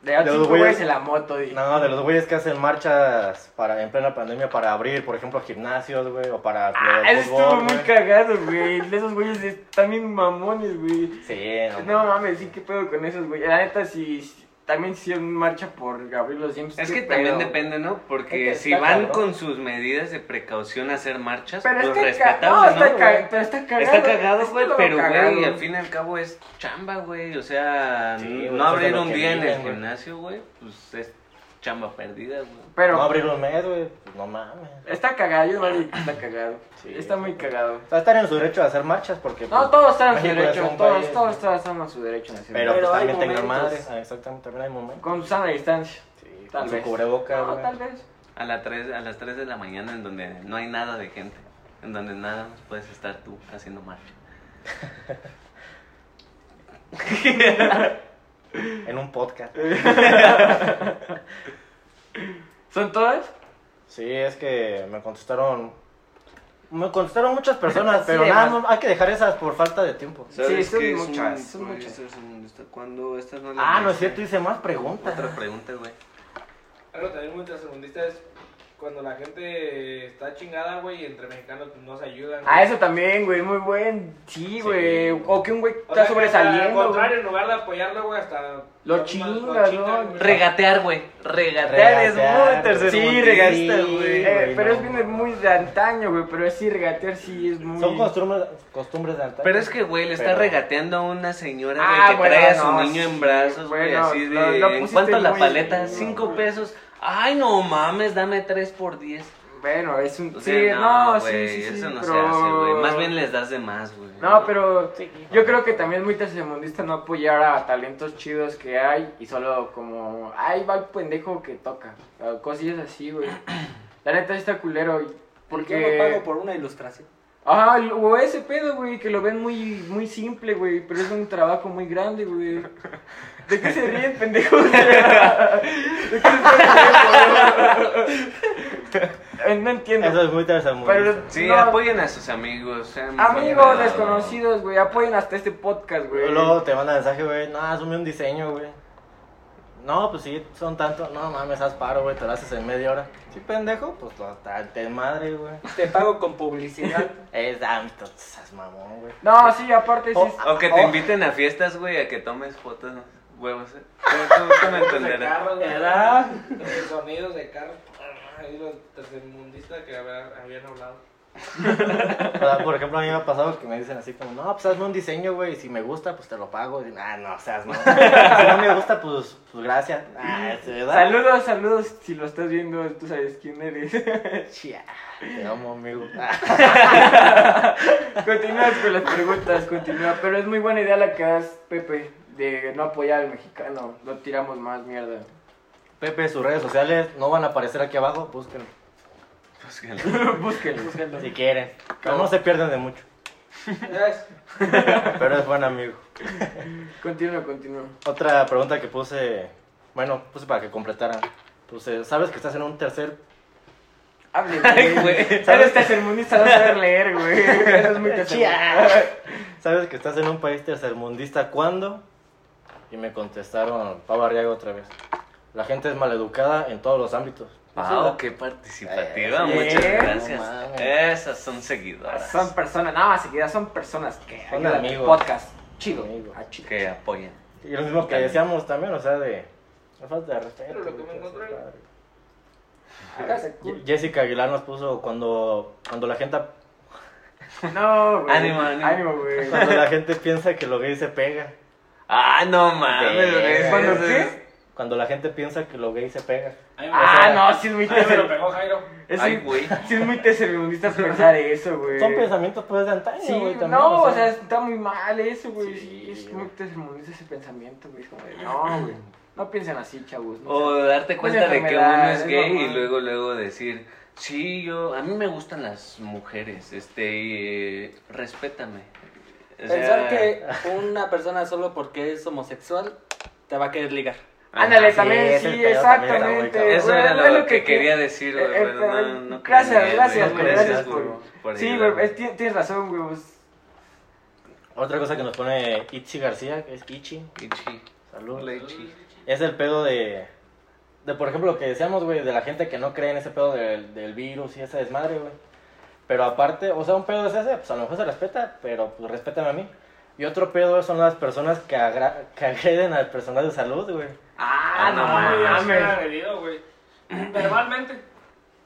De a
De los
cinco
güeyes-
güeyes en la moto, di.
No, de los güeyes que hacen marchas para, en plena pandemia para abrir, por ejemplo, gimnasios, güey, o para.
Ah,
lo del
eso estuvo
fútbol,
muy
güey.
cagado, güey. Esos güeyes están bien mamones, güey.
Sí,
No mames, sí, qué pedo con esos, güey. La neta, si si- también hicieron marcha por Gabriel los Simpsons.
Es
qué
que también
pedo,
depende, ¿no?
Es que
Porque
está
si van
cabrón.
con sus medidas de precaución a hacer marchas,
Pero
pues
está, ca- no,
respetable, ¿no?
está, ca- pero está cagado.
Está cagado,
es
güey,
todo
pero, güey,
cagado.
al fin y al cabo es chamba, güey. O sea,
Sí, güey,
no
eso es
abrir
lo
un
que
día en el
viven, güey.
gimnasio, güey, pues es chamba perdida, güey.
Pero
No abrir un mes, güey, pues no mames.
está cagado, yo no digo que está cagado.
Sí,
está muy cagado.
O sea, están en su derecho de hacer marchas porque.
No,
pues,
todos están en su
México es
derecho,
un
todos,
país-
todos, todos están en su derecho. en hacer
Pero,
Pero
pues,
hay
también tengan madre.
momentos.
Ah, exactamente, también hay momentos.
Con sana distancia.
Sí,
Tal
con
vez.
su cubreboca,
No,
güey.
tal vez.
A, la tres, a las 3 de la mañana en donde no hay nada de gente. En donde nada más puedes estar tú haciendo marcha.
En un podcast.
¿Son todas?
Sí, es que me contestaron. Me contestaron muchas personas, pero
de
nada,
más.
no, hay que dejar esas por falta de tiempo.
¿Sabes
son
qué? Es
muchas,
un-
son
güey,
muchas.
estas son- esta- ¿Cuándo? Estas no las
Ah, no es
hice.
cierto, hice más preguntas.
Otra pregunta, güey.
Algo también muy trascendista es cuando la gente está chingada, güey, y entre mexicanos pues, no se ayudan.
Ah,
güey.
eso también, güey, muy buen. Sí, güey. O que un güey
O
está
sea, que Al
sobresaliendo. güey.
contrario, en lugar de apoyarlo, güey, hasta.
Lo
lo
chingas,
chingan,
¿no?
güey.
Regatear, güey. Regatear, es muy
Regatear,
tercer
güey.
Sí,
Sí,
regatear,
güey.
güey.
Eh,
güey,
pero
no.
es bien de- muy de antaño, güey. Pero sí, regatear sí es muy.
Son costumbres, costumbres de antaño.
Pero es que, güey, le está
Pero-
regateando a una señora, güey,
Ah,
que
bueno,
trae a su
no,
niño
sí,
en brazos, güey,
bueno,
así de...
lo- lo
¿En
pusiste
cuánto la
muy-
paleta?
no,
Cinco
güey.
pesos. Ay, no mames, dame tres por diez.
Bueno, es un.
O
Sí,
sea,
no,
güey,
sí, sí, sí,
eso no se
pero-
hace, güey. Más bien les das de más, güey.
No, pero yo creo que también es muy tercermundista no apoyar a talentos chidos que hay y solo como, ay, va el pendejo que toca. o Cosillas así, güey. La neta sí está culero. y-
Porque
Porque.
yo no pago por una ilustración.
Ajá, el- o ese pedo, güey, que lo ven muy, muy simple, güey, pero es un trabajo muy grande, güey. ¿De qué se ríen, pendejos? ¿De qué se ríen, güey? No entiendo.
Eso es muy tercermundista.
Pero-
Sí,
no.
apoyen a sus amigos. sean
Amigos
buenos.
desconocidos, güey, apoyen hasta este podcast, güey.
Luego te manda mensaje, güey, no, hazme un diseño, güey. No, pues sí, son tantos. No mames, haz paro, güey, te lo haces en media hora. Sí, pendejo, pues lo- ta- te madre, güey.
Te pago con publicidad.
Es ámbito, seas mamón, güey.
No, sí, aparte sí.
Oh,
es-
O que te
Oh.
inviten a fiestas, güey, a que tomes fotos, huevos. eh. Tú, tú- tú me
De
entenderás.
carros, güey.
¿Verdad?
Los Sonidos de carros. Ah, Ahí los tercermundistas que había- habían hablado.
O sea, por ejemplo, a mí me ha pasado que me dicen así como, no, pues hazme un diseño, güey, y si me gusta, pues te lo pago. Y, ah, no, seas mamón. si no me gusta, pues, pues gracias. Ah, es verdad.
Saludos, saludos. Si lo estás viendo, tú sabes quién eres.
Chia, Te amo, amigo. Ah.
Continúa con las preguntas, continúa. Pero es muy buena idea la que das, Pepe, de no apoyar al mexicano. No tiramos más mierda.
Pepe, sus redes sociales no van a aparecer aquí abajo, búsquenlo.
Búsquenlo.
Búsquenlo.
Si quieren. No, no se pierden de mucho,
Es-
pero es buen amigo.
Continúa, continúa.
Otra pregunta que puse, bueno, puse para que completaran. Puse, ¿sabes que estás en un tercer
Hable,
Ay,
güey.
güey.
Sabes tercermundista, no saber leer, güey. Eso es muy tercermundista.
¿Sabes que estás en un país tercermundista cuándo? Y me contestaron Pablo Arriaga otra vez. La gente es maleducada en todos los ámbitos.
Ah,
Wow, qué participativa,
Eh,
muchas
eh,
gracias.
no mames.
Esas son seguidoras
Son personas, nada más seguidas, son personas que
Son
ayudan al
amigos.
podcast. Chido.
Amigos.
Ah, chido.
que apoyan.
Y lo mismo que decíamos también, o sea, de la falta de respeto.
Pero lo que
güey,
me
que
encontré.
hace padre.
Hágase cool.
Ye- Jessica Aguilar nos puso cuando cuando la gente
No, güey.
Ánimo, ánimo.
Ánimo, güey.
cuando la gente piensa que lo gay se pega.
Ah, no mames,
Verga.
güey.
¿Cuándo
Eso es-
qué?
Cuando la gente piensa que lo gay se pega.
Ahí me-
Ah,
sea,
no, sí es muy
ahí me lo
tercer...
pegó Jairo.
es
Ay,
muy-
güey.
Sí es muy tercermundista pensar eso, güey.
Son pensamientos pues de antaño,
Sí,
güey, también,
no, o sea, está muy mal eso, güey.
Sí,
es
güey.
muy tercermundista ese pensamiento, güey. Es como de, no, güey. No piensen así, chavos. No
O
sean-
darte cuenta de que
enfermedad,
uno es
es
gay y
normal.
luego luego decir, sí, yo, a mí me gustan las mujeres, este, eh, respétame. O sea,
Pensar que una persona solo porque es homosexual te va a querer ligar.
ajá.
Ándale,
sí,
también,
ese
sí,
pedo también está muy
exactamente.
cabrón.
Eso
güey,
era
es
lo, que, quería decir, güey,
eh, eh,
pero no, no
gracias,
creí,
gracias,
güey.
güey, gracias
por- Sí,
ayudarme.
güey, es- ti- tienes razón, güey. pues,
Otra cosa que nos pone Itzi García, que es Ichi,
Ichi.
saludos.
Hola, Ichi.
Es el pedo de. De por ejemplo, lo que decíamos, güey, de la gente que no cree en ese pedo del, del virus y ese desmadre, güey. Pero aparte, o sea, un pedo es ese, pues a lo mejor se respeta, pero pues respétame a mí. Y otro pedo son las personas que, agra- que agreden al personal de salud, güey.
Ah,
no
no
Ya me han
mames.
agredido, güey. Verbalmente.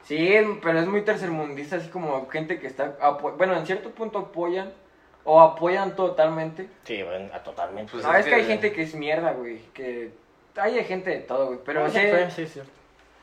Sí, es- pero es muy tercermundista, así como gente que está. apo- Bueno, en cierto punto apoyan o apoyan totalmente.
Sí, güey, a- totalmente.
Pues
no,
es
es que hay
que-
gente que es mierda, güey. Que hay gente de todo, güey. Pero
Ah,
sí,
fue, sí, sí.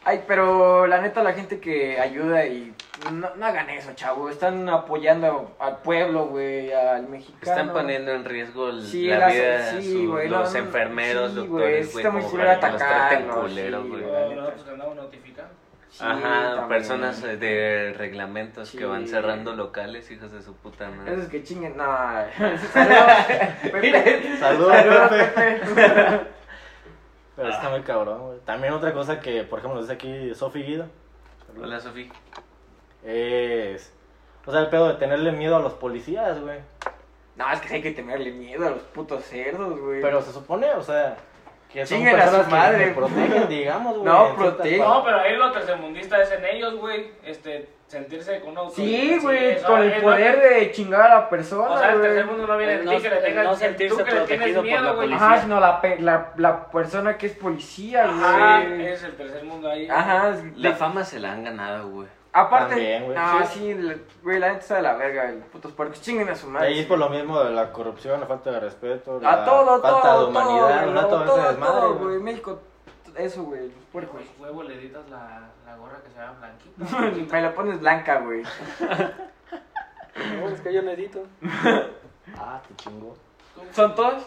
Ay, pero la neta, la gente que ayuda y. No, no hagan eso, chavo. Están apoyando al pueblo, güey, al mexicano.
Están poniendo en riesgo el-
Sí,
la
las-
vida de
sí,
sus-
güey,
los
no,
enfermeros,
sí, güey,
doctores,
sí
güey,
está muy
como
culero
para que los traten
atacarlos,
culero,
sí,
güey.
güey.
No, no, pues que andamos notificando.
Sí,
Ajá,
también.
personas eh, de reglamentos
Sí.
que van cerrando locales, hijos de su puta madre.
Esos que chinguen. No. Saludos, Pepe.
Saludos,
Saludos,
Pepe.
Pepe.
Pero está muy cabrón, güey. También otra cosa que, por ejemplo, nos dice aquí Sofi Guido.
Hola, Sofía.
Es. O sea, el pedo de tenerle miedo a los policías, güey.
No, es que sí hay que tenerle miedo a los putos cerdos, güey.
Pero se supone, o sea, que son
Chinguen a su
personas que
madre.
me protegen, digamos, güey.
No,
en ciertas
protegen.
partes.
No, pero ahí lo tercermundista es en ellos, güey. Este, sentirse con una autoridad.
Sí, güey,
eso
con el
"Ah, es,
poder
¿no?
de chingar a la persona,
O sea, el
güey.
tercer mundo no viene
El
de
no-
ti que le
el
tengas.
no
tú que le
sentirse
tienes
protegido por
miedo,
la
güey.
Ajá, sino la, pe- la, la persona que es policía, güey.
Ajá, Ah, es el tercer mundo ahí.
Ajá, es-
La
de-
fama se la han ganado, güey.
aparte,
También, güey.
no,
Sí.
sí, la- güey, la gente está de la verga, los putos puercos, chinguen a su madre.
Ahí es por lo mismo de la corrupción, la falta de respeto, la
A todo,
falta
todo,
de humanidad,
todo,
¿no? todo,
todo, todo,
ese desmadre,
todo,
güey.
güey, México, t- eso, güey, los
Por
puercos.
huevo le editas la, la gorra que se llama blanquita.
Me la pones blanca, güey.
No, es que yo no edito.
Ah, te chingo.
¿Son todos?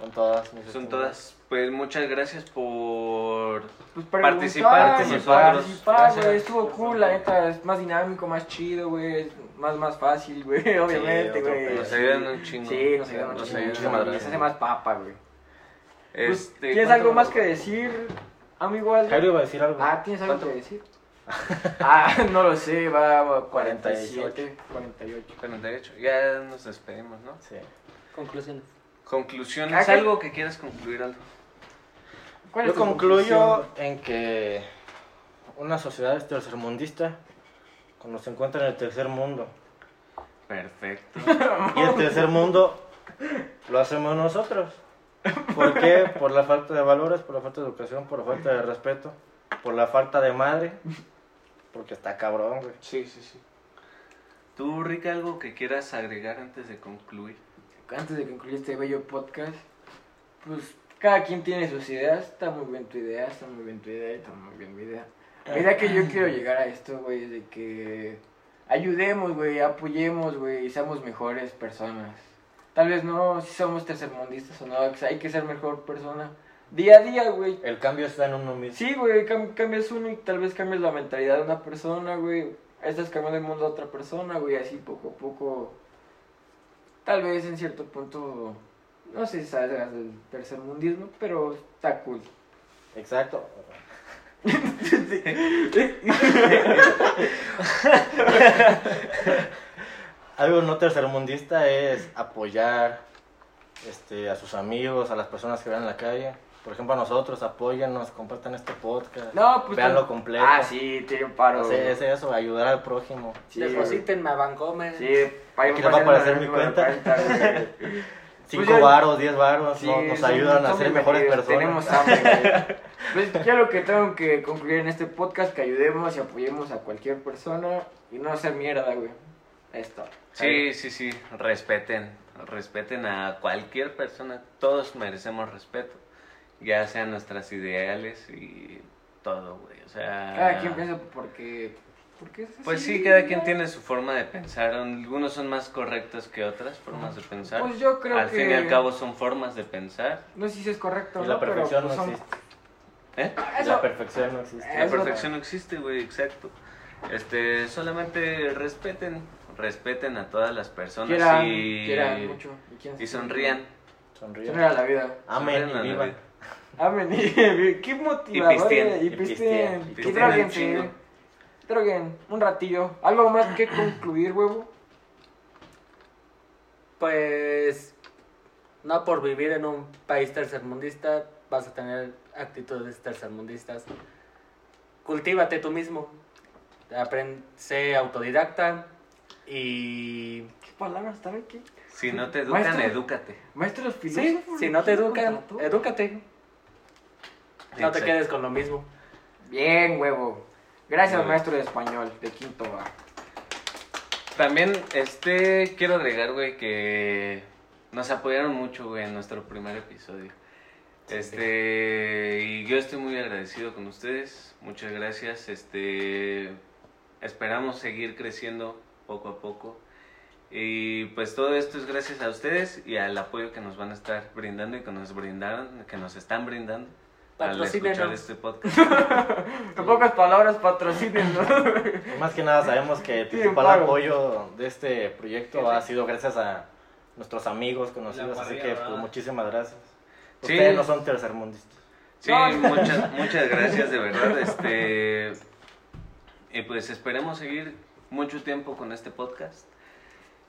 Son todas. mis
Son
estimadas.
todas. Pues muchas gracias por.
Pues
Participar
preguntar,
con
güey,
nosotros.
Participar, güey,
Gracias.
estuvo cool, la neta, es más dinámico, más chido, güey, es más, más fácil, güey, obviamente,
otro
güey.
pedo.
Nos ayudan un chingo.
Sí, nos ayudan un
Nos
chingo.
ayudan
Muchísimas
un
gracias.
Se hace más papa, güey. Pues,
Este,
¿Tienes
¿cuánto-
algo más que decir, amigo Aldo?
Jairo iba a decir algo.
Ah, ¿tienes algo
¿Cuánto?
que decir? ah, no lo sé, va, va 47,
47,
48.
48. Ya nos despedimos, ¿no?
Sí.
Conclusiones.
Conclusiones.
Caca.
¿Algo que quieras concluir, algo?
¿Cuál
Yo
es tu
concluyo
conclusión?
en que una sociedad es tercermundista cuando se encuentra en el tercer mundo.
Perfecto.
Y el tercer mundo lo hacemos nosotros. ¿Por qué? Por la falta de valores, por la falta de educación, por la falta de respeto, por la falta de madre. Porque está cabrón, güey.
Sí, sí, sí. ¿Tú, Rick, algo que quieras agregar antes de concluir?
Antes de concluir este bello podcast, pues cada quien tiene sus ideas. Está muy bien tu idea, está muy bien tu idea, está muy bien mi idea. La idea que yo quiero llegar a esto, güey, es de que ayudemos, güey, apoyemos, güey, y seamos mejores personas. Tal vez no si somos tercermundistas o no, pues hay que ser mejor persona día a día, güey.
El cambio está en uno mismo.
Sí, güey, cam- cambias uno y tal vez cambias la mentalidad de una persona, güey. Estás cambiando el mundo a otra persona, güey, así poco a poco. Tal vez en cierto punto, no sé si salgas del tercer mundismo, pero está cool.
Exacto. Algo no tercermundista es apoyar este, a sus amigos, a las personas que van en la calle. Por ejemplo, a nosotros, apóyennos, compartan este podcast.
No, pues.
Veanlo
tam-
completo.
Ah, sí, tiene un paro.
O sea, es eso, ayudar al prójimo.
Sí, güey.
Deposítenme a Bancomer.
Sí, pa-
Aquí les va a aparecer mi cuenta.
güey.
Cinco
Pues ya-
varos, diez varos,
Sí,
no- nos
son-
ayudan a
son
ser mejores
bienvenidos,
personas.
Tenemos hambre, güey. Pues yo lo que tengo que concluir en este podcast, que ayudemos y apoyemos a cualquier persona y no hacer mierda, güey. Esto.
Sí, sí, sí, respeten, respeten a cualquier persona, todos merecemos respeto, ya sean nuestras ideales y todo, güey, o sea...
Cada quien piensa porque... porque es
Ah. Pues
así,
sí, cada quien
¿no?
tiene su forma de pensar, algunos son más correctos que otras formas de pensar.
Pues yo creo
al
que...
fin y al cabo son formas de pensar.
No sé si es correcto o
Y la
no, pero
perfección
pues,
no
son- Ah,
existe.
¿eh?
Eso-
La perfección no existe.
La
Eso-
perfección no existe, güey, exacto. Este, solamente respeten, respeten a todas las personas
Quieran,
y,
quieran mucho. Y, quieran-
y sonrían.
Sonríe.
Sonrían a la vida.
Amén
Sonrían a
y
la
viva.
vida.
Amen y... Ah, Qué motivador.
Y pisteen,
eh, Y
y pisteen,
pisteen.
y
Y
pisteen un chingo.
droguen, eh. Droguen. Un ratillo. ¿Algo más que concluir, huevo?
Pues no por vivir en un país tercermundista vas a tener actitudes tercermundistas. Cultívate tú mismo. Aprende, sé autodidacta y
¿Qué palabras tal aquí?
Si no te educan,
Maestro.
edúcate.
Maestros
sí,
filósofos.
si no te
¿quién
educan,
contrató?
edúcate. No te
Exacto.
quedes con lo mismo.
Bien, huevo. Gracias,
Muy bien.
maestro de español, de quinto A.
También, este, quiero agregar, güey, que nos apoyaron mucho, güey, en nuestro primer episodio. Este, y yo estoy muy agradecido con ustedes. Muchas gracias. Este, esperamos seguir creciendo poco a poco. Y pues todo esto es gracias a ustedes y al apoyo que nos van a estar brindando y que nos brindaron, que nos están brindando al escuchar
Patrocínenos.
este podcast.
En pocas palabras, patrocinen,
Más que nada sabemos que el
Sí,
principal
paro.
apoyo de este proyecto ha sido gracias a nuestros amigos, conocidos,
La
así que
parrilla,
pues,
¿verdad?
muchísimas gracias.
Sí.
Ustedes no son tercermundistas.
Sí,
No, no.
muchas, muchas gracias, de verdad. Este, y pues esperemos seguir mucho tiempo con este podcast.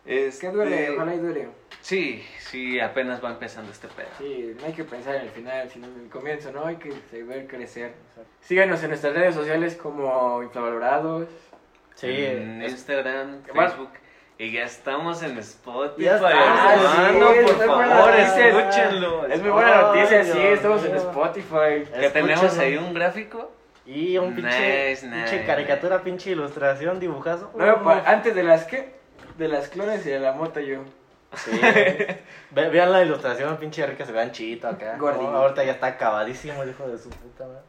Es
Este,
que duele, ojalá y duele.
Sí, sí, apenas va empezando este pedo.
Sí, no hay que pensar en el final, sino en el comienzo, ¿no? Hay que ver crecer. Síganos en nuestras redes sociales como Infravalorados.
Sí,
en
es-
Instagram,
¿Qué más?
Facebook. Y ya estamos en Spotify.
Ya estamos,
hermano,
sí,
por
está
favor,
buena.
escúchenlo.
Es muy buena
Ay,
noticia,
Dios
sí, estamos en
mío.
Spotify.
Que tenemos
escúchenlo.
ahí un gráfico.
Y un pinche,
Nice, nice,
pinche caricatura, pinche ilustración, dibujazo.
Luego,
Uf.
pa- antes de las que, de las clones y de la mota yo.
Sí. Ve- vean la ilustración, pinche rica, se vean chito acá.
Gordillo.
No, ahorita ya está acabadísimo el hijo de su puta madre.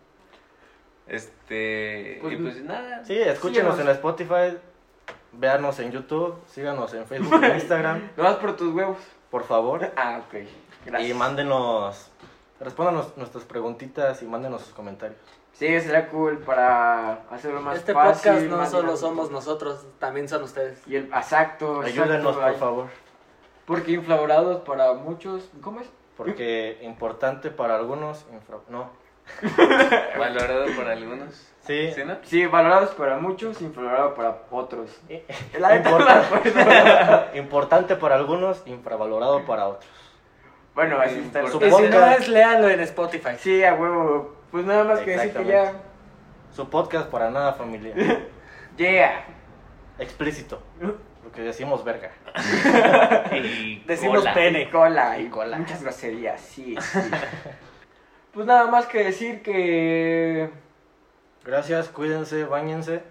Este,
Pues,
y pues nada.
Sí, escúchenos
Síguenos.
en Spotify, véanos en YouTube, síganos en Facebook, en Instagram,
Lo vas por tus huevos.
por favor.
Ah, ok. Gracias.
Y mándenos, respóndanos nuestras preguntitas y mándenos sus comentarios.
Sí, será cool para hacerlo más
Este
fácil.
podcast no
más
solo
dinámico.
somos nosotros, también son ustedes.
Y el exacto, exacto,
Ayúdenos, por
ay.
favor,
Porque inflaborados para muchos. ¿Cómo es?
porque importante para algunos, infra- no.
Valorado por algunos.
Sí,
¿Sí, no?
Sí, valorados para muchos, infravalorados para otros.
Eh,
La neta no pues,
importa.
me acuerdo.
importante para algunos, infravalorado para otros.
Bueno, así está. el-
Por
Su
Y Pues si no
podcast.
es, léalo en Spotify.
Sí, a huevo. Pues nada más que decir que ya.
Su podcast para nada familia.
Yeah.
Explícito, porque decimos verga.
Y
Decimos
cola.
pene.
Cola y
Y cola.
Muchas groserías, sí, sí. pues nada más que decir que.
Gracias, cuídense, bañense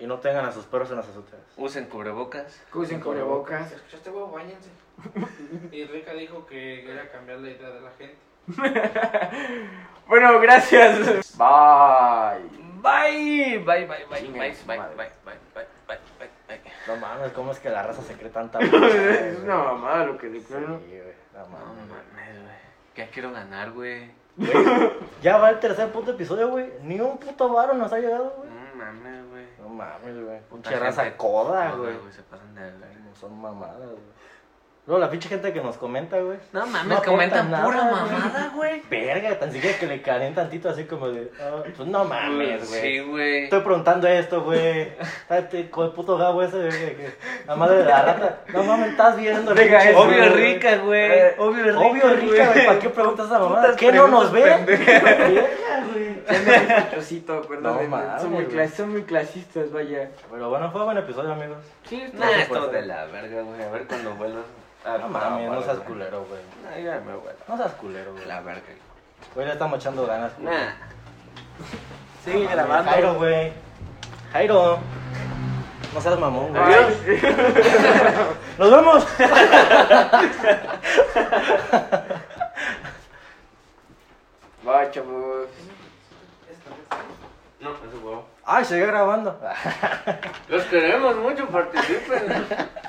y no tengan a sus perros en las azoteas.
Usen cubrebocas.
Usen cubrebocas.
este
¿Escuchaste, huevo? Báñense. Y Rica dijo que era cambiar la idea de la gente.
Bueno, gracias. Bye.
Bye, bye, bye, bye,
Chingue
bye,
su
bye,
madre.
bye, bye, bye, bye, bye, bye.
No mames, ¿cómo es que la raza se cree tanta
Es una mamada lo que le
Sí, güey,
creo.
no
No
mames.
mames, güey. Ya quiero ganar, güey.
Güey, ya va el tercer puto episodio, güey. Ni un puto varo nos ha llegado, güey.
No mames, güey.
No mames, güey. Pinche
gente
raza
Coda,
coda, güey.
Se pasan de verga.
Son mamadas, güey. Luego la pinche gente que nos comenta, güey.
No
No
mames,
aporta
comentan
nada,
pura
güey.
mamada, güey.
Verga, tan siquiera que le caen tantito así como de. ah, pues no mames, güey.
Sí, güey.
Estoy preguntando esto, güey. Date Con el puto gabo ese, güey. que- que- La madre de la rata. No mames, estás viendo.
Venga,
pinche
es
güey,
Obvio
güey.
rica, güey.
Eh,
Obvio rica.
Obvio rica, güey. ¿Para qué preguntas a mamá? ¿Qué no nos ve? Verga, güey.
Chocito,
No
perdón.
mames,
son, muy
güey.
clas- son muy clasistas, vaya.
Pero bueno, fue buen episodio, amigos.
Sí, está-
Nah, esto de la verga, güey. A ver cuando vuelvas. a-
No mames,
a-
no seas
güey.
culero, güey.
Nah, ya me vuelvo.
No seas culero,
A
güey.
la verga.
Güey, le estamos echando ganas. güey.
Nah.
Sigue grabando. Jairo, güey. Jairo. No seas mamón, güey.
Adiós.
¡Nos vemos!
Va, chavos.
No, ese huevo.
Ay, sigue grabando.
Los queremos mucho, participen.